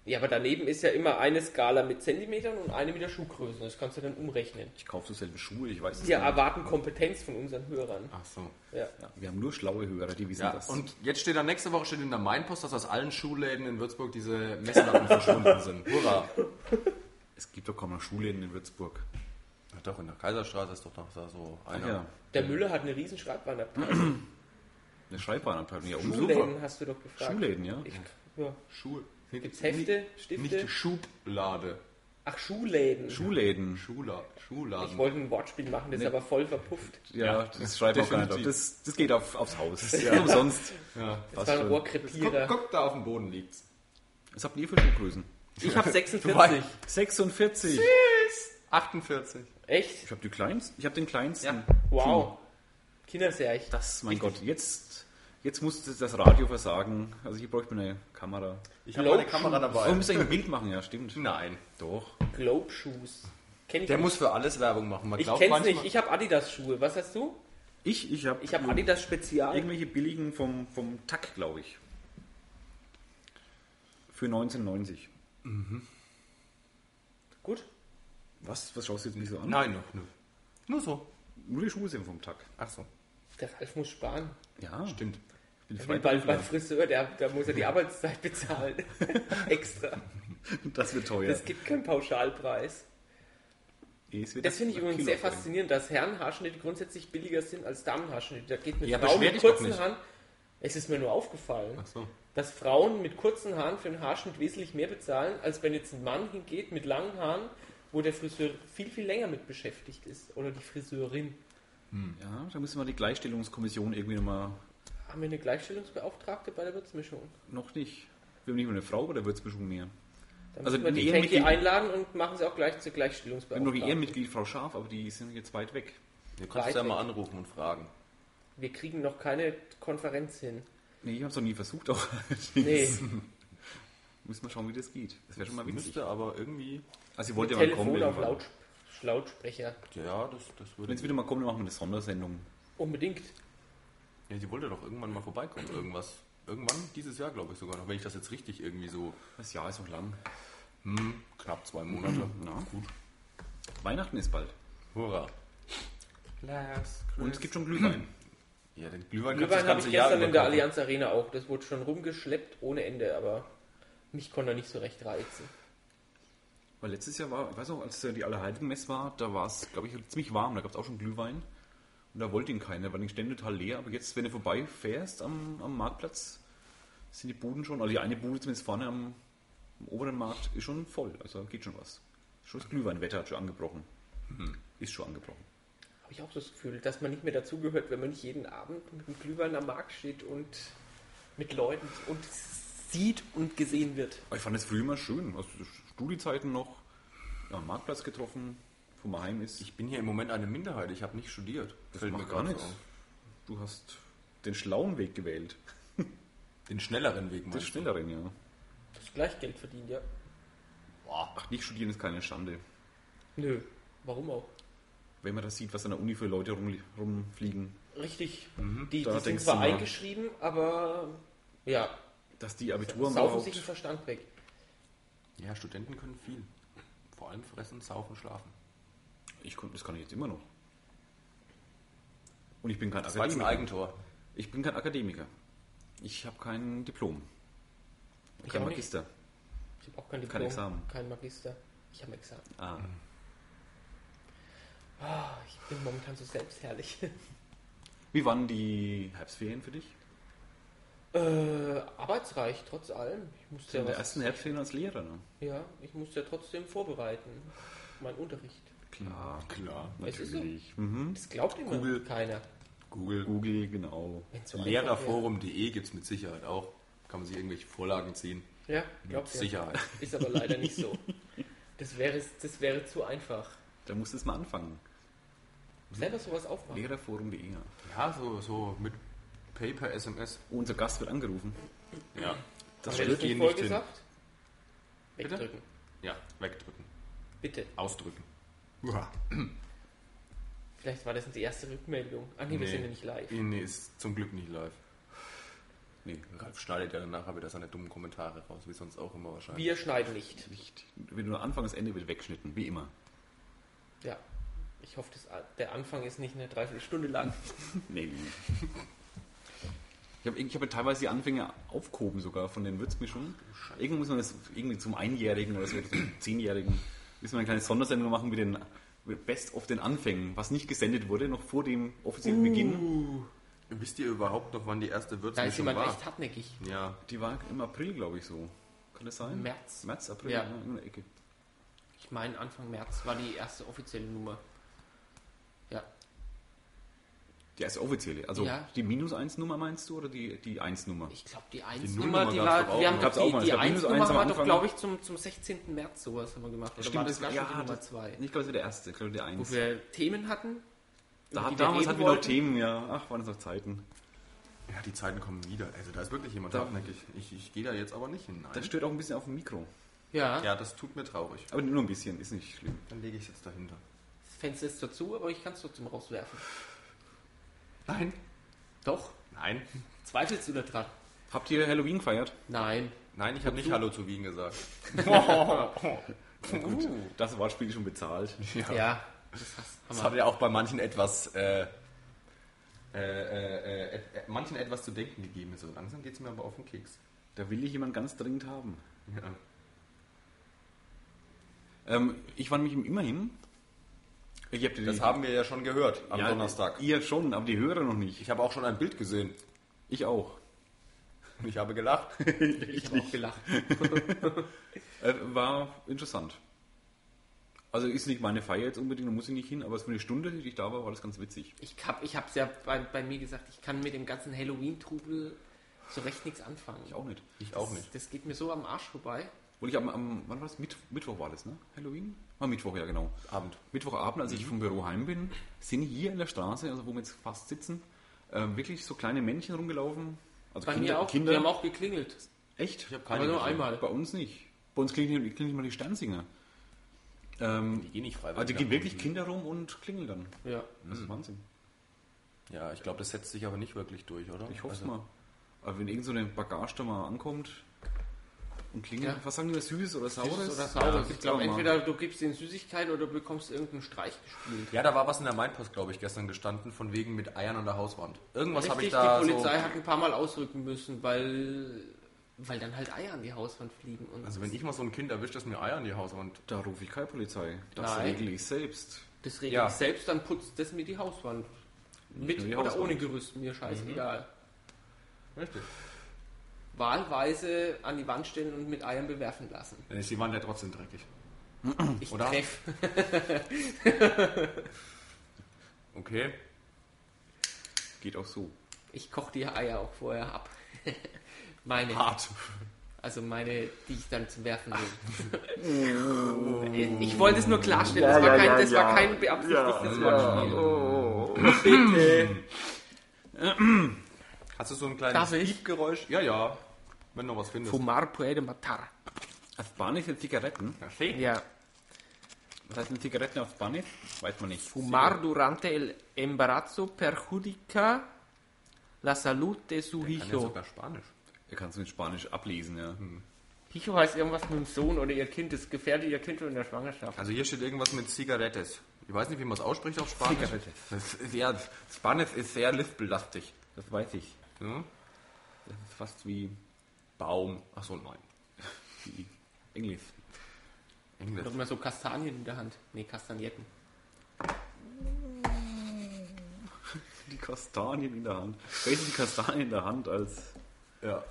Speaker 1: Ja, aber daneben ist ja immer eine Skala mit Zentimetern und eine mit der Schuhgröße. Das kannst du dann umrechnen.
Speaker 2: ich kaufe so selten Schuhe, ich weiß es
Speaker 1: Wir
Speaker 2: gar nicht.
Speaker 1: erwarten Kompetenz von unseren Hörern.
Speaker 3: Ach so.
Speaker 1: Ja.
Speaker 2: Ja, wir haben nur schlaue Hörer, die wissen
Speaker 3: Ja,
Speaker 2: das.
Speaker 3: und jetzt steht da nächste Woche steht in der Mainpost, dass aus allen Schuhläden in Würzburg diese Messlappen verschwunden sind. Hurra!
Speaker 2: es gibt doch kaum noch Schulläden in Würzburg.
Speaker 3: Ja, doch, in der Kaiserstraße ist doch noch da so einer.
Speaker 2: Ja,
Speaker 1: Der Müller hat eine riesen Schreibwarenabteilung.
Speaker 2: eine Schreibwarenabteilung. Ja, umso
Speaker 1: Schuhläden
Speaker 2: super.
Speaker 1: hast du doch gefragt.
Speaker 2: Schulläden, ja.
Speaker 1: Ich, ja.
Speaker 3: Schuhe.
Speaker 1: Gibt's Hefte, Stifte?
Speaker 3: Nicht die Schublade.
Speaker 1: Ach, Schuhläden.
Speaker 2: Schuhläden.
Speaker 3: Schula,
Speaker 1: ich
Speaker 3: Schuhladen.
Speaker 1: wollte ein Wortspiel machen, das ist aber voll verpufft.
Speaker 2: Ja, das schreibt auch gar nicht. auf.
Speaker 3: definitiv.
Speaker 2: Das, das geht auf, aufs Haus. Ja. Umsonst.
Speaker 3: ja.
Speaker 1: Das war ein
Speaker 2: schon.
Speaker 1: Rohrkrepierer.
Speaker 3: guck, guck, da auf dem Boden liegt's.
Speaker 2: Was habt ihr für Schuhgrößen?
Speaker 1: Ich habe 46.
Speaker 3: weißt.
Speaker 2: 46.
Speaker 3: 48.
Speaker 1: Echt?
Speaker 2: Ich habe die kleinsten. Ich habe den kleinsten.
Speaker 3: Ja.
Speaker 1: Wow. Kinderserich.
Speaker 2: Das, mein Gott, jetzt, jetzt muss das- das Radio versagen. Also hier bräuchte man eine Kamera.
Speaker 3: Ich
Speaker 1: hab
Speaker 3: habe
Speaker 1: meine
Speaker 3: meine
Speaker 1: Kamera
Speaker 3: Kamera
Speaker 2: Oh, wir
Speaker 3: dabei.
Speaker 2: müssen eigentlich ein Bild machen, ja, stimmt.
Speaker 3: Nein.
Speaker 2: Doch.
Speaker 1: Globe Shoes. Kenn ich
Speaker 3: Der
Speaker 1: nicht.
Speaker 3: muss für alles Werbung machen. Man
Speaker 1: Ich
Speaker 3: glaubt
Speaker 1: kenn's
Speaker 3: manchmal- Hm.
Speaker 1: nicht. Ich habe Adidas Schuhe. Was hast du?
Speaker 2: Ich, ich habe
Speaker 1: Ich habe Adidas Spezial.
Speaker 2: irgendwelche billigen vom, vom Tack, glaube ich. Für 1990.
Speaker 1: Gut.
Speaker 2: Was? Was schaust du jetzt mich so an?
Speaker 3: Nein, noch nur. Nur so.
Speaker 2: Nur die Schuhe sind vom Tack.
Speaker 3: Ach so.
Speaker 1: Der Ralf muss sparen.
Speaker 2: Ja,
Speaker 3: Stimmt.
Speaker 2: ich bin
Speaker 1: Ich bin bald beim Friseur, der, da muss er die Arbeitszeit bezahlen. Extra.
Speaker 2: Das wird teuer.
Speaker 1: Es gibt keinen Pauschalpreis.
Speaker 2: Es wird
Speaker 1: Das finde ich
Speaker 2: Kilo
Speaker 1: übrigens sehr
Speaker 2: bringen.
Speaker 1: faszinierend, dass Herrenhaarschnitte grundsätzlich billiger sind als Damenhaarschnitte. Da geht eine
Speaker 3: Ja,
Speaker 1: Frau
Speaker 3: beschwer
Speaker 1: mit
Speaker 3: dich doch
Speaker 1: kurzen
Speaker 3: nicht.
Speaker 1: Haaren. Es ist mir nur aufgefallen,
Speaker 3: Ach so.
Speaker 1: dass Frauen mit kurzen Haaren für einen Haarschnitt wesentlich mehr bezahlen, als wenn jetzt ein Mann hingeht mit langen Haaren, wo der Friseur viel, viel länger mit beschäftigt ist. Oder die Friseurin.
Speaker 2: Ja, da müssen wir die Gleichstellungskommission irgendwie nochmal.
Speaker 1: Haben wir eine Gleichstellungsbeauftragte bei der Würzmischung?
Speaker 2: Noch nicht. Wir haben nicht mal eine Frau bei der Würzmischung mehr.
Speaker 1: Dann
Speaker 2: Also
Speaker 1: müssen wir die
Speaker 2: die
Speaker 1: Tanky
Speaker 2: Ehrenmitglied-
Speaker 1: einladen und machen sie auch gleich zur
Speaker 2: Wir haben noch die
Speaker 1: Gleichstellungsbeauftragten.
Speaker 2: Ehrenmitglied Frau Schaf, aber die sind jetzt weit weg.
Speaker 3: Du kannst
Speaker 1: Weit
Speaker 3: ja mal
Speaker 1: weg.
Speaker 3: anrufen und fragen.
Speaker 1: Wir kriegen noch keine Konferenz hin.
Speaker 2: Nee, ich habe es noch nie versucht. Auch
Speaker 1: Nee,
Speaker 2: Müssen wir schauen, wie das geht. Das wäre schon mal witzig.
Speaker 3: Müsste aber irgendwie.
Speaker 2: Also, ihr wollt ja mal kommen.
Speaker 1: Telefon auf
Speaker 2: irgendwann.
Speaker 1: Laut, Lautsprecher.
Speaker 3: Ja, das, das würde.
Speaker 2: Wenn es wieder mal kommt, dann machen wir eine Sondersendung.
Speaker 1: Unbedingt.
Speaker 3: Ja, die wollte doch irgendwann mal vorbeikommen, irgendwas. Irgendwann, dieses Jahr glaube ich sogar noch, wenn ich das jetzt richtig irgendwie so Hm,
Speaker 2: Das Jahr ist noch lang.
Speaker 3: knapp zwei Monate.
Speaker 2: Na, gut. Weihnachten ist bald.
Speaker 3: Hurra.
Speaker 2: Und es gibt schon Glühwein.
Speaker 3: Ja, den Glühwein, kannst du
Speaker 1: Glühwein habe ich
Speaker 3: Jahr
Speaker 1: gestern in der
Speaker 3: über kaufen.
Speaker 1: Allianz Arena auch. Das wurde schon rumgeschleppt ohne Ende, aber mich konnte er nicht so recht reizen.
Speaker 2: Weil letztes Jahr war, ich weiß noch, als äh, die Allerheiligenmess war, da war es, glaube ich, ziemlich warm. Da gab es auch schon Glühwein. Und da wollte ihn keiner, weil die Stände total leer. Aber jetzt, wenn du vorbeifährst am, am Marktplatz, sind die Buden schon, also die eine Bude zumindest vorne am, am oberen Markt, ist schon voll. Also geht schon was. Schon das Glühweinwetter hat schon angebrochen.
Speaker 3: Mhm.
Speaker 2: Ist schon angebrochen.
Speaker 1: Habe ich auch das Gefühl, dass man nicht mehr dazugehört, wenn man nicht jeden Abend mit einem Glühwein am Markt steht und mit Leuten und sieht und gesehen wird.
Speaker 2: Aber ich fand es früher immer schön. Aus Studiezeiten noch am Marktplatz getroffen, von meinem Heim ist.
Speaker 3: Ich bin hier im Moment eine Minderheit, ich habe nicht studiert. Fällt mir gerade so auf.
Speaker 2: Du hast den schlauen Weg gewählt.
Speaker 3: Den schnelleren Weg
Speaker 2: Den
Speaker 3: meinst du?
Speaker 2: schnelleren, ja.
Speaker 1: Das gleich Geld verdient, ja.
Speaker 2: Ach, nicht studieren ist keine Schande.
Speaker 1: Nö, warum auch?
Speaker 2: Wenn man das sieht, was an der Uni für Leute rumli- rumfliegen,
Speaker 1: Richtig, die,
Speaker 2: Mhm. Da
Speaker 1: die sind
Speaker 2: denkst
Speaker 1: zwar
Speaker 2: du mal.
Speaker 1: eingeschrieben, aber ja,
Speaker 2: dass die Abitur haben
Speaker 1: saufen sich den
Speaker 2: überhaupt.
Speaker 1: Verstand weg.
Speaker 3: Ja, Studenten können viel. Vor allem fressen, saufen, schlafen.
Speaker 2: Ich, kon- das kann ich jetzt immer noch. Und ich bin kein
Speaker 3: Das war Also jetzt ein
Speaker 2: Akademiker.
Speaker 3: Eigentor.
Speaker 2: Ich bin kein Akademiker. Ich habe kein Diplom.
Speaker 1: Ich
Speaker 2: Kein
Speaker 1: auch nicht.
Speaker 2: Magister.
Speaker 1: Ich habe auch kein Diplom,
Speaker 2: Kein Examen.
Speaker 1: kein Magister. Ich habe Examen.
Speaker 2: Ah.
Speaker 1: Ah, ich bin momentan so selbstherrlich.
Speaker 2: Wie waren die Herbstferien für dich?
Speaker 1: Äh, arbeitsreich, trotz allem. Ich musste ja,
Speaker 2: In der
Speaker 1: was,
Speaker 2: ersten Herbstferien als Lehrer, ne?
Speaker 1: ja, ich musste ja trotzdem vorbereiten. Meinen Unterricht.
Speaker 2: Klar,
Speaker 3: Klar.
Speaker 1: Es ist so.
Speaker 2: natürlich. Mhm.
Speaker 1: Das glaubt immer
Speaker 3: Google.
Speaker 1: keiner.
Speaker 3: Google.
Speaker 2: Google, genau.
Speaker 1: Wenn's so
Speaker 3: Lehrerforum.de gibt es mit Sicherheit auch. Kann man sich irgendwelche Vorlagen ziehen.
Speaker 1: einfach wäre. Ja,
Speaker 3: Mit
Speaker 1: glaubt ihr.
Speaker 3: Sicherheit.
Speaker 1: Ist aber leider nicht so. Das wäre, das wäre zu einfach.
Speaker 2: Da musst du es mal anfangen.
Speaker 1: Selber sowas aufmachen.
Speaker 2: Lehrerforum.de. ja.
Speaker 3: Ja, so, so mit Paper, SMS.
Speaker 2: Unser Gast wird angerufen.
Speaker 3: Ja.
Speaker 1: Haben
Speaker 3: Das
Speaker 1: wir
Speaker 3: wird
Speaker 1: nicht
Speaker 3: gehen nicht hin.
Speaker 1: vorgesagt?
Speaker 3: Bitte?
Speaker 1: Wegdrücken.
Speaker 3: Ja, wegdrücken.
Speaker 1: Bitte.
Speaker 3: Ausdrücken.
Speaker 1: Vielleicht war das die erste Rückmeldung. Ach nee, wir
Speaker 3: Nee.
Speaker 1: sind ja nicht live.
Speaker 3: Nee, ist zum Glück nicht live. Nee, Ralf schneidet ja danach wieder seine dummen Kommentare raus, wie sonst auch immer wahrscheinlich.
Speaker 1: Wir schneiden nicht.
Speaker 2: Nicht, wenn du Anfang das Ende wird weggeschnitten, wie immer.
Speaker 1: Ja. Ich hoffe, das, der Anfang ist nicht eine Dreiviertelstunde lang.
Speaker 2: Nee, nee. nee. Ich habe ich hab ja teilweise die Anfänge aufgehoben sogar von den Würzmischungen.
Speaker 1: Oh,
Speaker 2: Irgendwo muss man das irgendwie zum Einjährigen oder so, zum Zehnjährigen, müssen wir eine kleine Sondersendung machen mit den mit Best of den Anfängen, was nicht gesendet wurde, noch vor dem offiziellen
Speaker 1: Uh.
Speaker 2: Beginn.
Speaker 3: Wisst ihr überhaupt noch, wann die
Speaker 1: Da
Speaker 3: erste
Speaker 1: ist
Speaker 3: Würzmischung
Speaker 1: jemand
Speaker 3: war?
Speaker 1: echt hartnäckig.
Speaker 3: Ja,
Speaker 2: Die war im April, glaube ich, so. Kann das sein?
Speaker 1: März.
Speaker 2: März, April,
Speaker 1: Ja.
Speaker 2: ja. in der Ecke.
Speaker 1: Ich meine, Anfang März war die erste offizielle Nummer. Ja.
Speaker 2: Die erste offizielle. Also
Speaker 1: Ja.
Speaker 2: die Minus-1-Nummer meinst du oder die, die 1-Nummer?
Speaker 1: Ich glaube, die
Speaker 3: Nullnummer
Speaker 1: 1-Nummer, die,
Speaker 3: gab's doch
Speaker 1: war,
Speaker 3: auch
Speaker 1: wir haben,
Speaker 3: noch.
Speaker 1: glaub,
Speaker 2: Gab's auch
Speaker 1: die,
Speaker 2: mal. Es
Speaker 1: die
Speaker 2: gab
Speaker 1: 1-Nummer
Speaker 2: Minus-Eins am
Speaker 1: war doch,
Speaker 2: Anfang.
Speaker 1: glaube ich, zum, zum 16. März sowas haben wir gemacht. Oder war das gar schon die Nummer 2?
Speaker 2: Ich glaube, das war der erste, ich glaube, der 1.
Speaker 1: Wo wir Themen hatten.
Speaker 2: Da,
Speaker 1: über die wir
Speaker 2: damals
Speaker 1: reden
Speaker 2: hatten wir noch
Speaker 1: wollten.
Speaker 2: Themen, ja. Ach, waren das noch Zeiten.
Speaker 3: Ja, die Zeiten kommen wieder. Also da ist wirklich jemand
Speaker 2: Da-
Speaker 3: hartnäckig. Ich, ich gehe da jetzt aber nicht hinein.
Speaker 2: Das stört auch ein bisschen auf dem Mikro.
Speaker 1: Ja,
Speaker 3: ja, das tut mir traurig.
Speaker 2: Aber nur ein bisschen, ist nicht schlimm.
Speaker 3: Dann lege ich es jetzt dahinter.
Speaker 1: das Fenster ist dazu, aber ich kann es trotzdem rauswerfen.
Speaker 3: Nein.
Speaker 1: Doch,
Speaker 3: Nein.
Speaker 1: zweifelst du da dran?
Speaker 2: Habt ihr Halloween gefeiert?
Speaker 1: Nein.
Speaker 3: Nein, ich habe nicht Hallo zu Wien gesagt.
Speaker 2: Gut. Das Wortspiel ist schon bezahlt.
Speaker 1: Ja, das hast-
Speaker 3: Das
Speaker 1: Hammer.
Speaker 3: hat ja auch bei manchen etwas, äh, äh, äh, äh, et- äh, manchen etwas zu denken gegeben. So langsam geht es mir aber auf den Keks.
Speaker 2: Da will ich jemand ganz dringend haben.
Speaker 3: Ja.
Speaker 2: Ähm, ich war nämlich immerhin. Ich hab dir
Speaker 3: Das
Speaker 2: die-
Speaker 3: haben wir ja schon gehört am
Speaker 2: ja,
Speaker 3: Donnerstag.
Speaker 2: Ihr schon, aber die Hörer noch nicht.
Speaker 3: Ich habe auch schon ein Bild gesehen
Speaker 2: Ich auch.
Speaker 3: und ich habe gelacht.
Speaker 1: Ich habe auch gelacht.
Speaker 2: Äh, war interessant. Also ist nicht meine Feier jetzt unbedingt, da muss ich nicht hin, aber für eine Stunde, die ich da war, war das ganz witzig.
Speaker 1: Ich habe ich hab's ja bei, bei mir gesagt, ich kann mit dem ganzen Halloween-Trubel so recht nichts anfangen.
Speaker 2: Ich auch nicht.
Speaker 3: Ich auch nicht.
Speaker 1: Das geht mir so am Arsch vorbei.
Speaker 2: Obwohl ich am, am wann war das? Mitt, Mittwoch war das, ne? Halloween? War Mittwoch, ja genau.
Speaker 3: Abend.
Speaker 2: Mittwochabend, als
Speaker 1: Mhm.
Speaker 2: ich vom Büro heim bin, sind hier in der Straße, also wo wir jetzt fast sitzen, ähm, wirklich so kleine Männchen rumgelaufen. Also
Speaker 1: Bei
Speaker 2: Kinder,
Speaker 1: mir auch.
Speaker 2: Kinder.
Speaker 1: Wir haben auch geklingelt.
Speaker 2: echt? Ich
Speaker 3: hab keine
Speaker 1: Aber nur
Speaker 3: gesehen.
Speaker 1: einmal.
Speaker 2: Bei uns nicht. Bei uns klingeln, klingeln nicht mal die Sternsinger. Ähm,
Speaker 3: Die gehen nicht frei.
Speaker 2: also da gehen wirklich Kinder rum und klingeln dann.
Speaker 1: Ja.
Speaker 2: Das ist Wahnsinn.
Speaker 3: Ja, ich glaube, das setzt sich aber nicht wirklich durch, oder?
Speaker 2: Ich hoffe es
Speaker 3: Also-
Speaker 2: mal. Aber wenn irgend so eine Bagage da mal ankommt und klingelt,
Speaker 1: Ja.
Speaker 2: was sagen die, süß oder saures?
Speaker 1: Süßes oder
Speaker 2: Ja,
Speaker 1: saures.
Speaker 2: gibt's
Speaker 1: ich glaube,
Speaker 3: genau.
Speaker 2: auch mal.
Speaker 1: entweder du gibst ihnen Süßigkeiten oder du bekommst irgendeinen Streich gespielt.
Speaker 3: Ja, da war was in der Mainpost, glaube ich, gestern gestanden, von wegen mit Eiern an der Hauswand. Irgendwas habe ich
Speaker 1: Richtig,
Speaker 3: da
Speaker 1: die Polizei
Speaker 3: so...
Speaker 1: hat ein paar Mal ausrücken müssen, weil, weil dann halt Eier an die Hauswand fliegen. Und
Speaker 3: Also wenn ich mal so ein Kind erwischt, das mir Eier an die Hauswand...
Speaker 2: Da rufe ich keine Polizei. Das
Speaker 1: Nein.
Speaker 2: regel ich selbst.
Speaker 1: das regelt
Speaker 3: Ja.
Speaker 1: ich selbst, dann putzt das mir die Hauswand. Mit
Speaker 2: nur die
Speaker 1: oder
Speaker 2: Hauswand.
Speaker 1: ohne Gerüst, mir scheißegal.
Speaker 3: Mhm. Richtig.
Speaker 1: Wahlweise an die Wand stellen und mit Eiern bewerfen lassen.
Speaker 3: Dann ist die Wand ja trotzdem dreckig.
Speaker 1: Ich
Speaker 3: Oder?
Speaker 1: treff.
Speaker 3: Okay.
Speaker 2: Geht auch so.
Speaker 1: Ich koche die Eier auch vorher ab. meine,
Speaker 3: Hart.
Speaker 1: also meine, die ich dann zum Werfen will. ich wollte es nur klarstellen, das, war, kein, das war kein beabsichtigtes Wortspiel.
Speaker 3: Hast du so ein
Speaker 1: Darf
Speaker 3: kleines
Speaker 1: ich?
Speaker 3: Piepgeräusch? Ja, ja. Wenn du was findest.
Speaker 1: Fumar puede matar.
Speaker 2: Auf Spanisch sind Zigaretten.
Speaker 1: Ja.
Speaker 2: Was heißt denn Zigaretten auf Spanisch? Weiß man nicht.
Speaker 1: Fumar durante el embarazo perjudica la salud de su
Speaker 3: Ich kann ja
Speaker 1: hijo.
Speaker 3: sogar Spanisch.
Speaker 2: Er kannst du in Spanisch ablesen, ja.
Speaker 3: Hm.
Speaker 1: Hijo heißt irgendwas mit dem Sohn oder ihr Kind. Das gefährdet ihr Kind schon in der Schwangerschaft.
Speaker 3: Also hier steht irgendwas mit Zigarettes. Ich weiß nicht, wie man es ausspricht auf Spanisch. Zigarettes. Das ist, ja, Spanisch ist sehr lispellastig.
Speaker 2: Das weiß ich.
Speaker 3: Ja?
Speaker 2: Das ist fast wie,
Speaker 3: Baum. Ach so, nein.
Speaker 2: wie Englisch.
Speaker 1: Ich
Speaker 3: Englisch.
Speaker 1: hab immer so Kastanien in der Hand. Nee, Kastagnetten.
Speaker 2: Die Kastanien in der Hand. Wer ist die Kastanien in der Hand als
Speaker 3: Ja.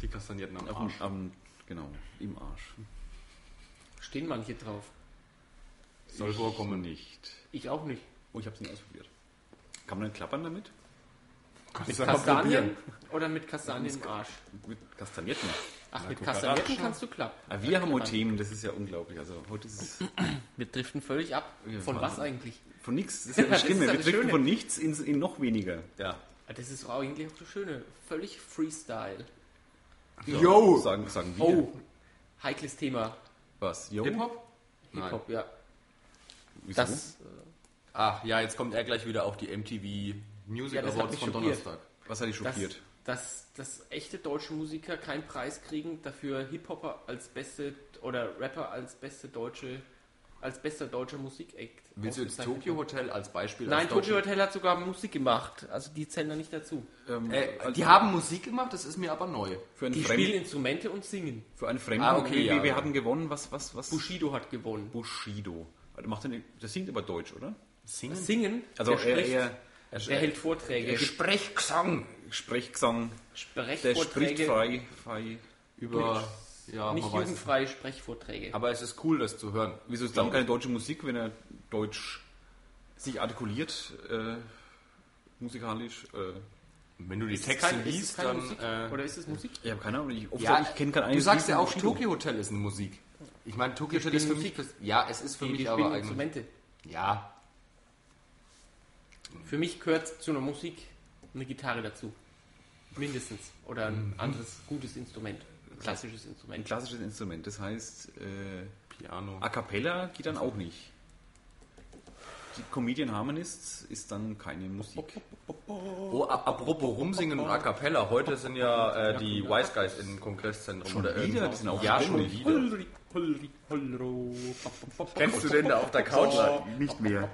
Speaker 3: Die kastanierten am Arsch.
Speaker 2: Am, genau, im Arsch.
Speaker 1: Stehen manche drauf.
Speaker 3: Soll vorkommen.
Speaker 2: nicht.
Speaker 1: Ich auch nicht.
Speaker 2: Oh, ich hab's nicht ausprobiert. Kann man denn klappern damit?
Speaker 3: Kannst
Speaker 1: Mit
Speaker 3: du einfach probieren.
Speaker 1: Kastanien oder mit Kastanien im Arsch?
Speaker 2: Mit Kastagnetten.
Speaker 1: Ach, mit
Speaker 3: guck mal,
Speaker 1: Kastanien
Speaker 3: schon.
Speaker 1: kannst du klappen.
Speaker 2: Ah, wir haben heute Themen, das ist ja unglaublich. Also heute ist es
Speaker 1: Wir driften völlig ab.
Speaker 2: Ja,
Speaker 1: Von was
Speaker 2: Wahnsinn.
Speaker 1: eigentlich?
Speaker 2: von nichts. Das ist ja das
Speaker 1: Das ist
Speaker 2: Schlimme.
Speaker 1: ja
Speaker 2: Wir
Speaker 1: das
Speaker 2: drücken
Speaker 1: Schöne.
Speaker 2: von nichts ins, in noch weniger.
Speaker 3: Ja.
Speaker 1: Ah, Das ist auch eigentlich auch das Schöne. Völlig Freestyle.
Speaker 2: So,
Speaker 3: Yo!
Speaker 2: Sagen, sagen wir.
Speaker 1: Oh, heikles Thema.
Speaker 2: Was? Yo?
Speaker 3: Hip-Hop? Nein.
Speaker 1: Hip-Hop, ja.
Speaker 2: Wieso?
Speaker 1: Das,
Speaker 3: Ach Ah, ja, jetzt kommt er gleich wieder auf die MTV Music
Speaker 1: Ja, das hat
Speaker 3: Awards
Speaker 1: mich
Speaker 3: von
Speaker 1: schockiert.
Speaker 3: Donnerstag.
Speaker 2: Was hat dich
Speaker 1: Dass,
Speaker 2: schockiert?
Speaker 1: dass, dass echte deutsche Musiker keinen Preis kriegen, dafür Hip-Hopper als beste oder Rapper als beste deutsche, als bester deutscher Musik-Act.
Speaker 3: Willst du jetzt
Speaker 1: ausgezeichnet
Speaker 3: Tokyo
Speaker 1: werden.
Speaker 3: Hotel als Beispiel?
Speaker 1: Nein,
Speaker 3: als
Speaker 1: Tokyo
Speaker 3: deutschen-
Speaker 1: Hotel hat sogar Musik gemacht. Also die zählen da nicht dazu.
Speaker 2: Ähm,
Speaker 3: Äh,
Speaker 2: als-
Speaker 3: die haben Musik gemacht, das ist mir aber neu.
Speaker 2: für einen
Speaker 1: Die
Speaker 2: Fremden.
Speaker 1: spielen Instrumente und singen.
Speaker 2: Für einen Fremden.
Speaker 3: Ah, okay,
Speaker 2: wir,
Speaker 3: ja.
Speaker 2: wir, wir hatten gewonnen, was, was, was?
Speaker 1: Bushido hat gewonnen.
Speaker 2: Bushido. Also macht er nicht- das singt aber Deutsch, oder?
Speaker 3: Singen? Äh,
Speaker 1: Singen?
Speaker 2: Also
Speaker 1: der
Speaker 2: er,
Speaker 1: spricht,
Speaker 2: er,
Speaker 1: der hält Vorträge.
Speaker 2: er
Speaker 1: gibt
Speaker 3: Sprechgesang
Speaker 2: Sprechgesang. Der spricht
Speaker 1: Sprechvorträge.
Speaker 2: frei, frei.
Speaker 3: über. Ja,
Speaker 1: Nicht
Speaker 3: man weiß. es.
Speaker 1: jugendfreie Sprechvorträge.
Speaker 3: Aber es ist cool, das zu hören.
Speaker 2: Wieso ist dann keine deutsche Musik, wenn er Deutsch sich artikuliert, äh, musikalisch? Äh,
Speaker 3: Wenn du die
Speaker 1: Ist es
Speaker 3: Texte
Speaker 1: kein- ist es
Speaker 3: liest,
Speaker 1: keine
Speaker 3: dann.
Speaker 1: Musik?
Speaker 3: äh,
Speaker 1: Oder ist es Musik?
Speaker 2: ich habe keine Ahnung. Ich, oft
Speaker 3: Ja,
Speaker 2: sag ich kenne kein
Speaker 3: Du
Speaker 2: einziges
Speaker 3: sagst
Speaker 2: Lied
Speaker 3: ja
Speaker 2: von
Speaker 3: auch,
Speaker 2: Bushido.
Speaker 3: Tokyo Hotel ist eine Musik. Ich meine, Tokyo
Speaker 1: Die
Speaker 3: Hotel ist für
Speaker 1: spielen
Speaker 3: mich. Ja, es ist für
Speaker 1: Die, die
Speaker 3: mich
Speaker 1: spielen
Speaker 3: aber eigentlich.
Speaker 1: Instrumente.
Speaker 3: Ja,
Speaker 1: Für mich gehört zu einer Musik eine Gitarre dazu. Mindestens. Oder ein
Speaker 3: Mhm.
Speaker 1: anderes gutes Instrument. Ein klassisches
Speaker 2: Ein
Speaker 1: Instrument.
Speaker 2: klassisches Instrument. Das heißt, äh,
Speaker 3: Piano.
Speaker 2: A Cappella geht dann auch nicht. Die Comedian Harmonists ist dann keine Musik.
Speaker 3: Oh, a- apropos Rumsingen und A Cappella, heute sind ja äh, die Wise Guys im Kongresszentrum. Schon
Speaker 2: wieder? Die sind auch
Speaker 3: ja,
Speaker 2: schon
Speaker 3: schon wieder. Kennst du den da auf der Couch?
Speaker 2: Nicht mehr.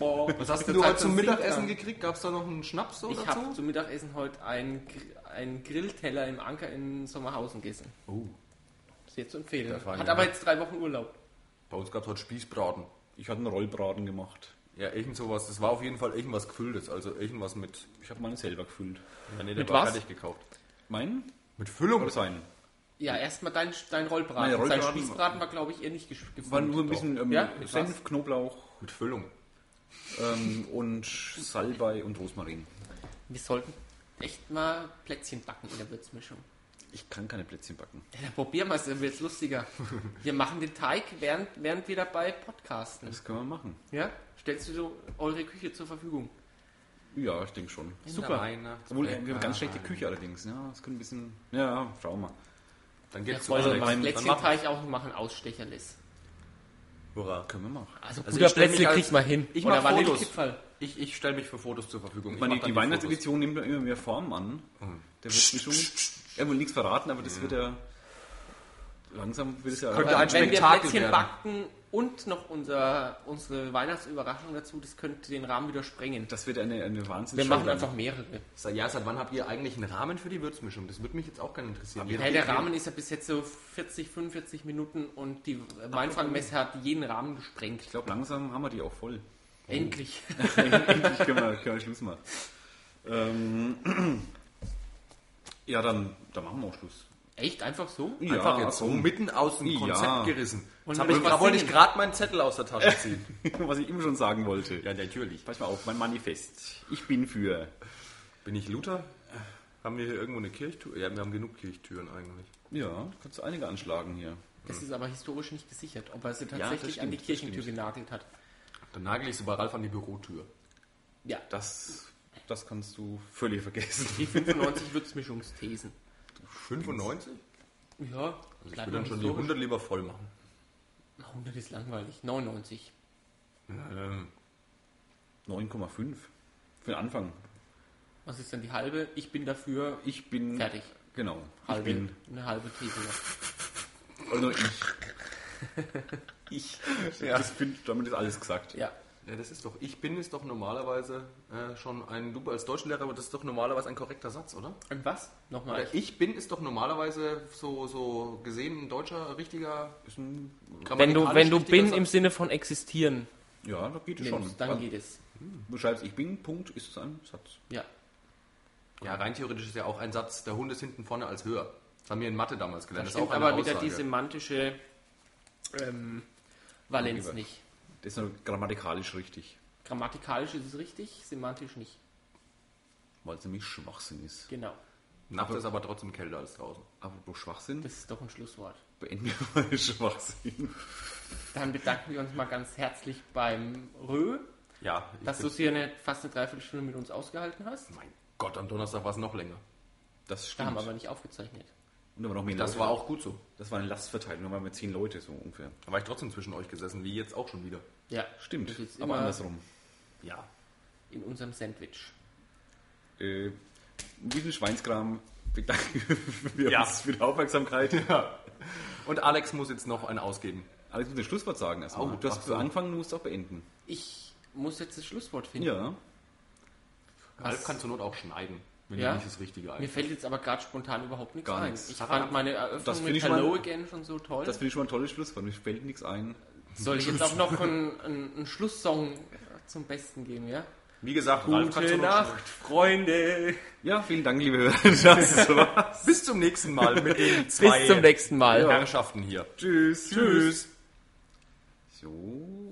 Speaker 3: Was hast
Speaker 1: denn du
Speaker 3: du heute
Speaker 1: heute
Speaker 3: zum
Speaker 1: singt
Speaker 3: Mittagessen
Speaker 1: dann?
Speaker 3: gekriegt? Gab es da noch einen Schnaps oder
Speaker 1: Ich habe
Speaker 3: so?
Speaker 1: zum Mittagessen heute einen, Gr- einen Grillteller im Anker in Sommerhausen gegessen.
Speaker 3: Oh,
Speaker 1: Sehr zu empfehlen.
Speaker 3: Das war
Speaker 1: Hat
Speaker 3: ja-
Speaker 1: aber jetzt drei Wochen Urlaub.
Speaker 3: bei uns gab es heute Spießbraten.
Speaker 2: Ich hatte einen Rollbraten gemacht.
Speaker 3: Ja, irgend sowas. Das war auf jeden Fall irgendwas Gefülltes. Also irgendwas mit...
Speaker 2: Ich habe meine selber gefüllt.
Speaker 3: Ja, nee, der
Speaker 1: Mit
Speaker 3: war
Speaker 1: was?
Speaker 3: fertig gekauft.
Speaker 2: Meinen?
Speaker 3: Mit Füllung?
Speaker 2: Oder seinen?
Speaker 1: Ja, erstmal dein, dein Rollbraten.
Speaker 2: Mein
Speaker 1: Sein
Speaker 2: Rollbraten-
Speaker 1: Spießbraten war, glaube ich, eher nicht ges-
Speaker 2: War
Speaker 1: gefüllt.
Speaker 2: nur ein bisschen ähm,
Speaker 1: Ja?
Speaker 2: Senf, Knoblauch
Speaker 3: Mit Füllung.
Speaker 2: ähm, und Salbei und Rosmarin.
Speaker 1: Wir sollten echt mal Plätzchen backen in der Würzmischung.
Speaker 2: Ich kann keine Plätzchen backen.
Speaker 1: Ja, dann probieren wir es, dann wird es lustiger. Wir machen den Teig, während, während wir dabei podcasten.
Speaker 2: Das können wir machen.
Speaker 1: Ja? Stellst du so eure Küche zur Verfügung?
Speaker 2: Ja, ich denke schon.
Speaker 1: Super.
Speaker 2: Obwohl, wir haben ganz schlechte Küche allerdings. Ja, das könnte ein bisschen... Ja, schauen wir.
Speaker 3: Dann
Speaker 1: Ja,
Speaker 3: geht's zu
Speaker 1: wollen wir
Speaker 3: Alex.
Speaker 1: beim
Speaker 2: beim-
Speaker 1: letzten
Speaker 3: machen-
Speaker 1: Teig auch noch machen, Ausstecherlis.
Speaker 3: Hurra.
Speaker 2: Können wir machen.
Speaker 1: Also,
Speaker 3: Also
Speaker 1: guter
Speaker 3: ich stell mich
Speaker 1: Plätzchen
Speaker 3: als-
Speaker 1: kriegt man hin.
Speaker 3: ich
Speaker 1: Oder
Speaker 3: mach
Speaker 1: Vanillekipferl.
Speaker 3: Ich, ich stelle mich für Fotos zur Verfügung.
Speaker 2: Ich
Speaker 3: Ich
Speaker 2: meine, die,
Speaker 3: mach dann
Speaker 2: die
Speaker 3: Fotos.
Speaker 2: Weihnachtsedition nimmt immer mehr Formen an. Der wird schon... Er will nichts verraten, aber das wird ja... Langsam wird es ja...
Speaker 3: könnte
Speaker 1: Aber
Speaker 3: ein
Speaker 1: wenn wir
Speaker 3: Spektakel
Speaker 1: Plätzchen
Speaker 3: werden.
Speaker 1: backen und noch unser, unsere Weihnachtsüberraschung dazu, das könnte den Rahmen wieder sprengen.
Speaker 2: Das wird eine, eine
Speaker 1: Wir
Speaker 2: Wahnsinns...
Speaker 1: machen einfach mehrere.
Speaker 3: Sa- Ja, seit wann habt ihr eigentlich einen Rahmen für die Würzmischung? Das würde mich jetzt auch gerne interessieren.
Speaker 1: Hey, der Rahmen ist ja bis jetzt so 40, 45 Minuten und die Weinfangmesse hat jeden Rahmen gesprengt.
Speaker 2: Ich glaube, langsam haben wir die auch voll.
Speaker 1: Endlich.
Speaker 2: Endlich können wir, können wir Schluss machen. Ähm, ja, dann, dann machen wir auch Schluss.
Speaker 1: Echt? Einfach so?
Speaker 2: Ja, also
Speaker 3: Einfach jetzt so
Speaker 2: komm.
Speaker 3: mitten aus dem
Speaker 2: Ja.
Speaker 3: Konzept gerissen.
Speaker 1: Und
Speaker 3: Jetzt hab
Speaker 1: wenn
Speaker 3: ich,
Speaker 1: wir
Speaker 3: da
Speaker 1: was
Speaker 3: wollte ich
Speaker 1: singen.
Speaker 3: gerade meinen Zettel aus der Tasche ziehen.
Speaker 2: Was ich ihm schon sagen wollte.
Speaker 3: ja, natürlich.
Speaker 2: Pass mal auf, mein Manifest. Ich bin für.
Speaker 3: Bin ich Luther? Haben wir hier irgendwo eine Kirchtür? Ja, wir haben genug Kirchtüren eigentlich.
Speaker 2: Ja, kannst du einige anschlagen hier.
Speaker 1: Das ist aber historisch nicht gesichert, ob er sie
Speaker 2: das
Speaker 1: tatsächlich an die
Speaker 2: stimmt, das
Speaker 1: Kirchentür genagelt hat.
Speaker 3: Dann nagel ich sie bei Ralf an die Bürotür.
Speaker 1: Ja,
Speaker 2: Das, das kannst du völlig vergessen.
Speaker 1: die 95 Würzmischungsthesen. Also
Speaker 3: 95?
Speaker 1: Ja,
Speaker 3: Ich
Speaker 1: bleibt
Speaker 3: würde dann schon die 100 lieber voll machen.
Speaker 1: 100 ist langweilig. 99.
Speaker 3: ähm,
Speaker 2: 9,5 für den Anfang.
Speaker 1: Was ist denn die halbe? Ich bin dafür.
Speaker 2: Ich bin.
Speaker 1: Fertig.
Speaker 2: Genau.
Speaker 1: Halbe,
Speaker 2: Ich bin.
Speaker 1: Eine halbe These. noch.
Speaker 2: Also ich. ich. Das bin, damit ist alles gesagt.
Speaker 1: Ja.
Speaker 3: Ja, das ist doch, ich bin ist doch normalerweise äh, schon ein, du als Deutschlehrer, aber das ist doch normalerweise ein korrekter Satz, oder?
Speaker 1: Und was? Nochmal.
Speaker 3: Oder ich bin ist doch normalerweise so, so gesehen ein deutscher, richtiger,
Speaker 2: Ist ein-
Speaker 1: Wenn du, wenn du
Speaker 3: grammatikalisch richtiger
Speaker 1: bin
Speaker 3: Satz.
Speaker 1: im Sinne von existieren
Speaker 2: Ja, da geht es schon. Also,
Speaker 1: nimmst, dann geht es.
Speaker 2: Du schreibst ich bin, Punkt, ist es ein Satz.
Speaker 1: Ja.
Speaker 3: Ja, rein theoretisch ist ja auch ein Satz, der Hund ist hinten vorne als höher. Das haben wir in Mathe damals
Speaker 1: Da
Speaker 3: gelernt. Das,
Speaker 1: stimmt
Speaker 3: ist auch eine
Speaker 1: aber wieder
Speaker 3: Aussage.
Speaker 1: die semantische ähm, Valenz
Speaker 2: Lieber.
Speaker 1: nicht.
Speaker 2: Das ist nur grammatikalisch richtig,
Speaker 1: Grammatikalisch ist es richtig, semantisch nicht.
Speaker 2: weil es nämlich Schwachsinn ist.
Speaker 1: Genau.
Speaker 3: Nacht ist aber trotzdem kälter als draußen.
Speaker 2: Apropos Schwachsinn,
Speaker 1: Das ist doch ein Schlusswort.
Speaker 2: beenden wir mal den Schwachsinn.
Speaker 1: Dann bedanken wir uns mal ganz herzlich beim Rö,
Speaker 3: Ja, ich
Speaker 1: dass du es hier eine, fast eine Dreiviertelstunde mit uns ausgehalten hast.
Speaker 3: mein Gott, am Donnerstag war es noch länger.
Speaker 2: Das
Speaker 1: Da
Speaker 2: stimmt.
Speaker 1: haben wir aber nicht aufgezeichnet.
Speaker 2: Und da war noch mehr
Speaker 3: Das
Speaker 2: Leute.
Speaker 3: war auch gut so.
Speaker 2: das war eine Lastverteilung, da waren wir zehn Leute so ungefähr.
Speaker 3: Da war ich trotzdem zwischen euch gesessen, wie jetzt auch schon wieder.
Speaker 1: Ja,
Speaker 2: Stimmt,
Speaker 1: Das ist
Speaker 2: aber
Speaker 1: immer-
Speaker 2: andersrum. Ja.
Speaker 1: in unserem Sandwich.
Speaker 2: Äh, mit diesem Schweinskram bedanken wir
Speaker 3: Ja.
Speaker 2: uns für die Aufmerksamkeit. Ja.
Speaker 3: Und Alex muss jetzt noch einen ausgeben.
Speaker 2: Alex, muss ein Schlusswort sagen erstmal.
Speaker 3: Oh,
Speaker 2: du hast
Speaker 3: ach so.
Speaker 2: angefangen, du musst auch beenden.
Speaker 1: Ich muss jetzt das Schlusswort finden.
Speaker 2: Ja.
Speaker 3: Alf kann zur Not auch schneiden, wenn
Speaker 1: Ja.
Speaker 3: dir nicht das Richtige
Speaker 1: Mir
Speaker 3: ein.
Speaker 1: fällt jetzt aber gerade spontan überhaupt nichts
Speaker 2: Gar
Speaker 1: ein.
Speaker 2: nichts.
Speaker 1: Ich
Speaker 2: Sarah,
Speaker 1: fand meine Eröffnung
Speaker 2: das finde
Speaker 1: mit
Speaker 2: ich schon mal-
Speaker 1: Hello Again schon so toll.
Speaker 2: Das finde ich schon mal ein tolles Schlusswort. Mir fällt nichts ein.
Speaker 1: Soll ich jetzt auch noch einen, einen, einen Schlusssong zum Besten geben, ja?
Speaker 2: Wie gesagt,
Speaker 1: Gute Nacht, Freunde.
Speaker 2: Ja, vielen Dank, liebe Hörer. Das war's.
Speaker 3: Bis zum nächsten Mal mit den zwei
Speaker 1: Bis zum nächsten Mal.
Speaker 3: Herrschaften hier.
Speaker 2: Tschüss.
Speaker 3: Tschüss.
Speaker 2: So.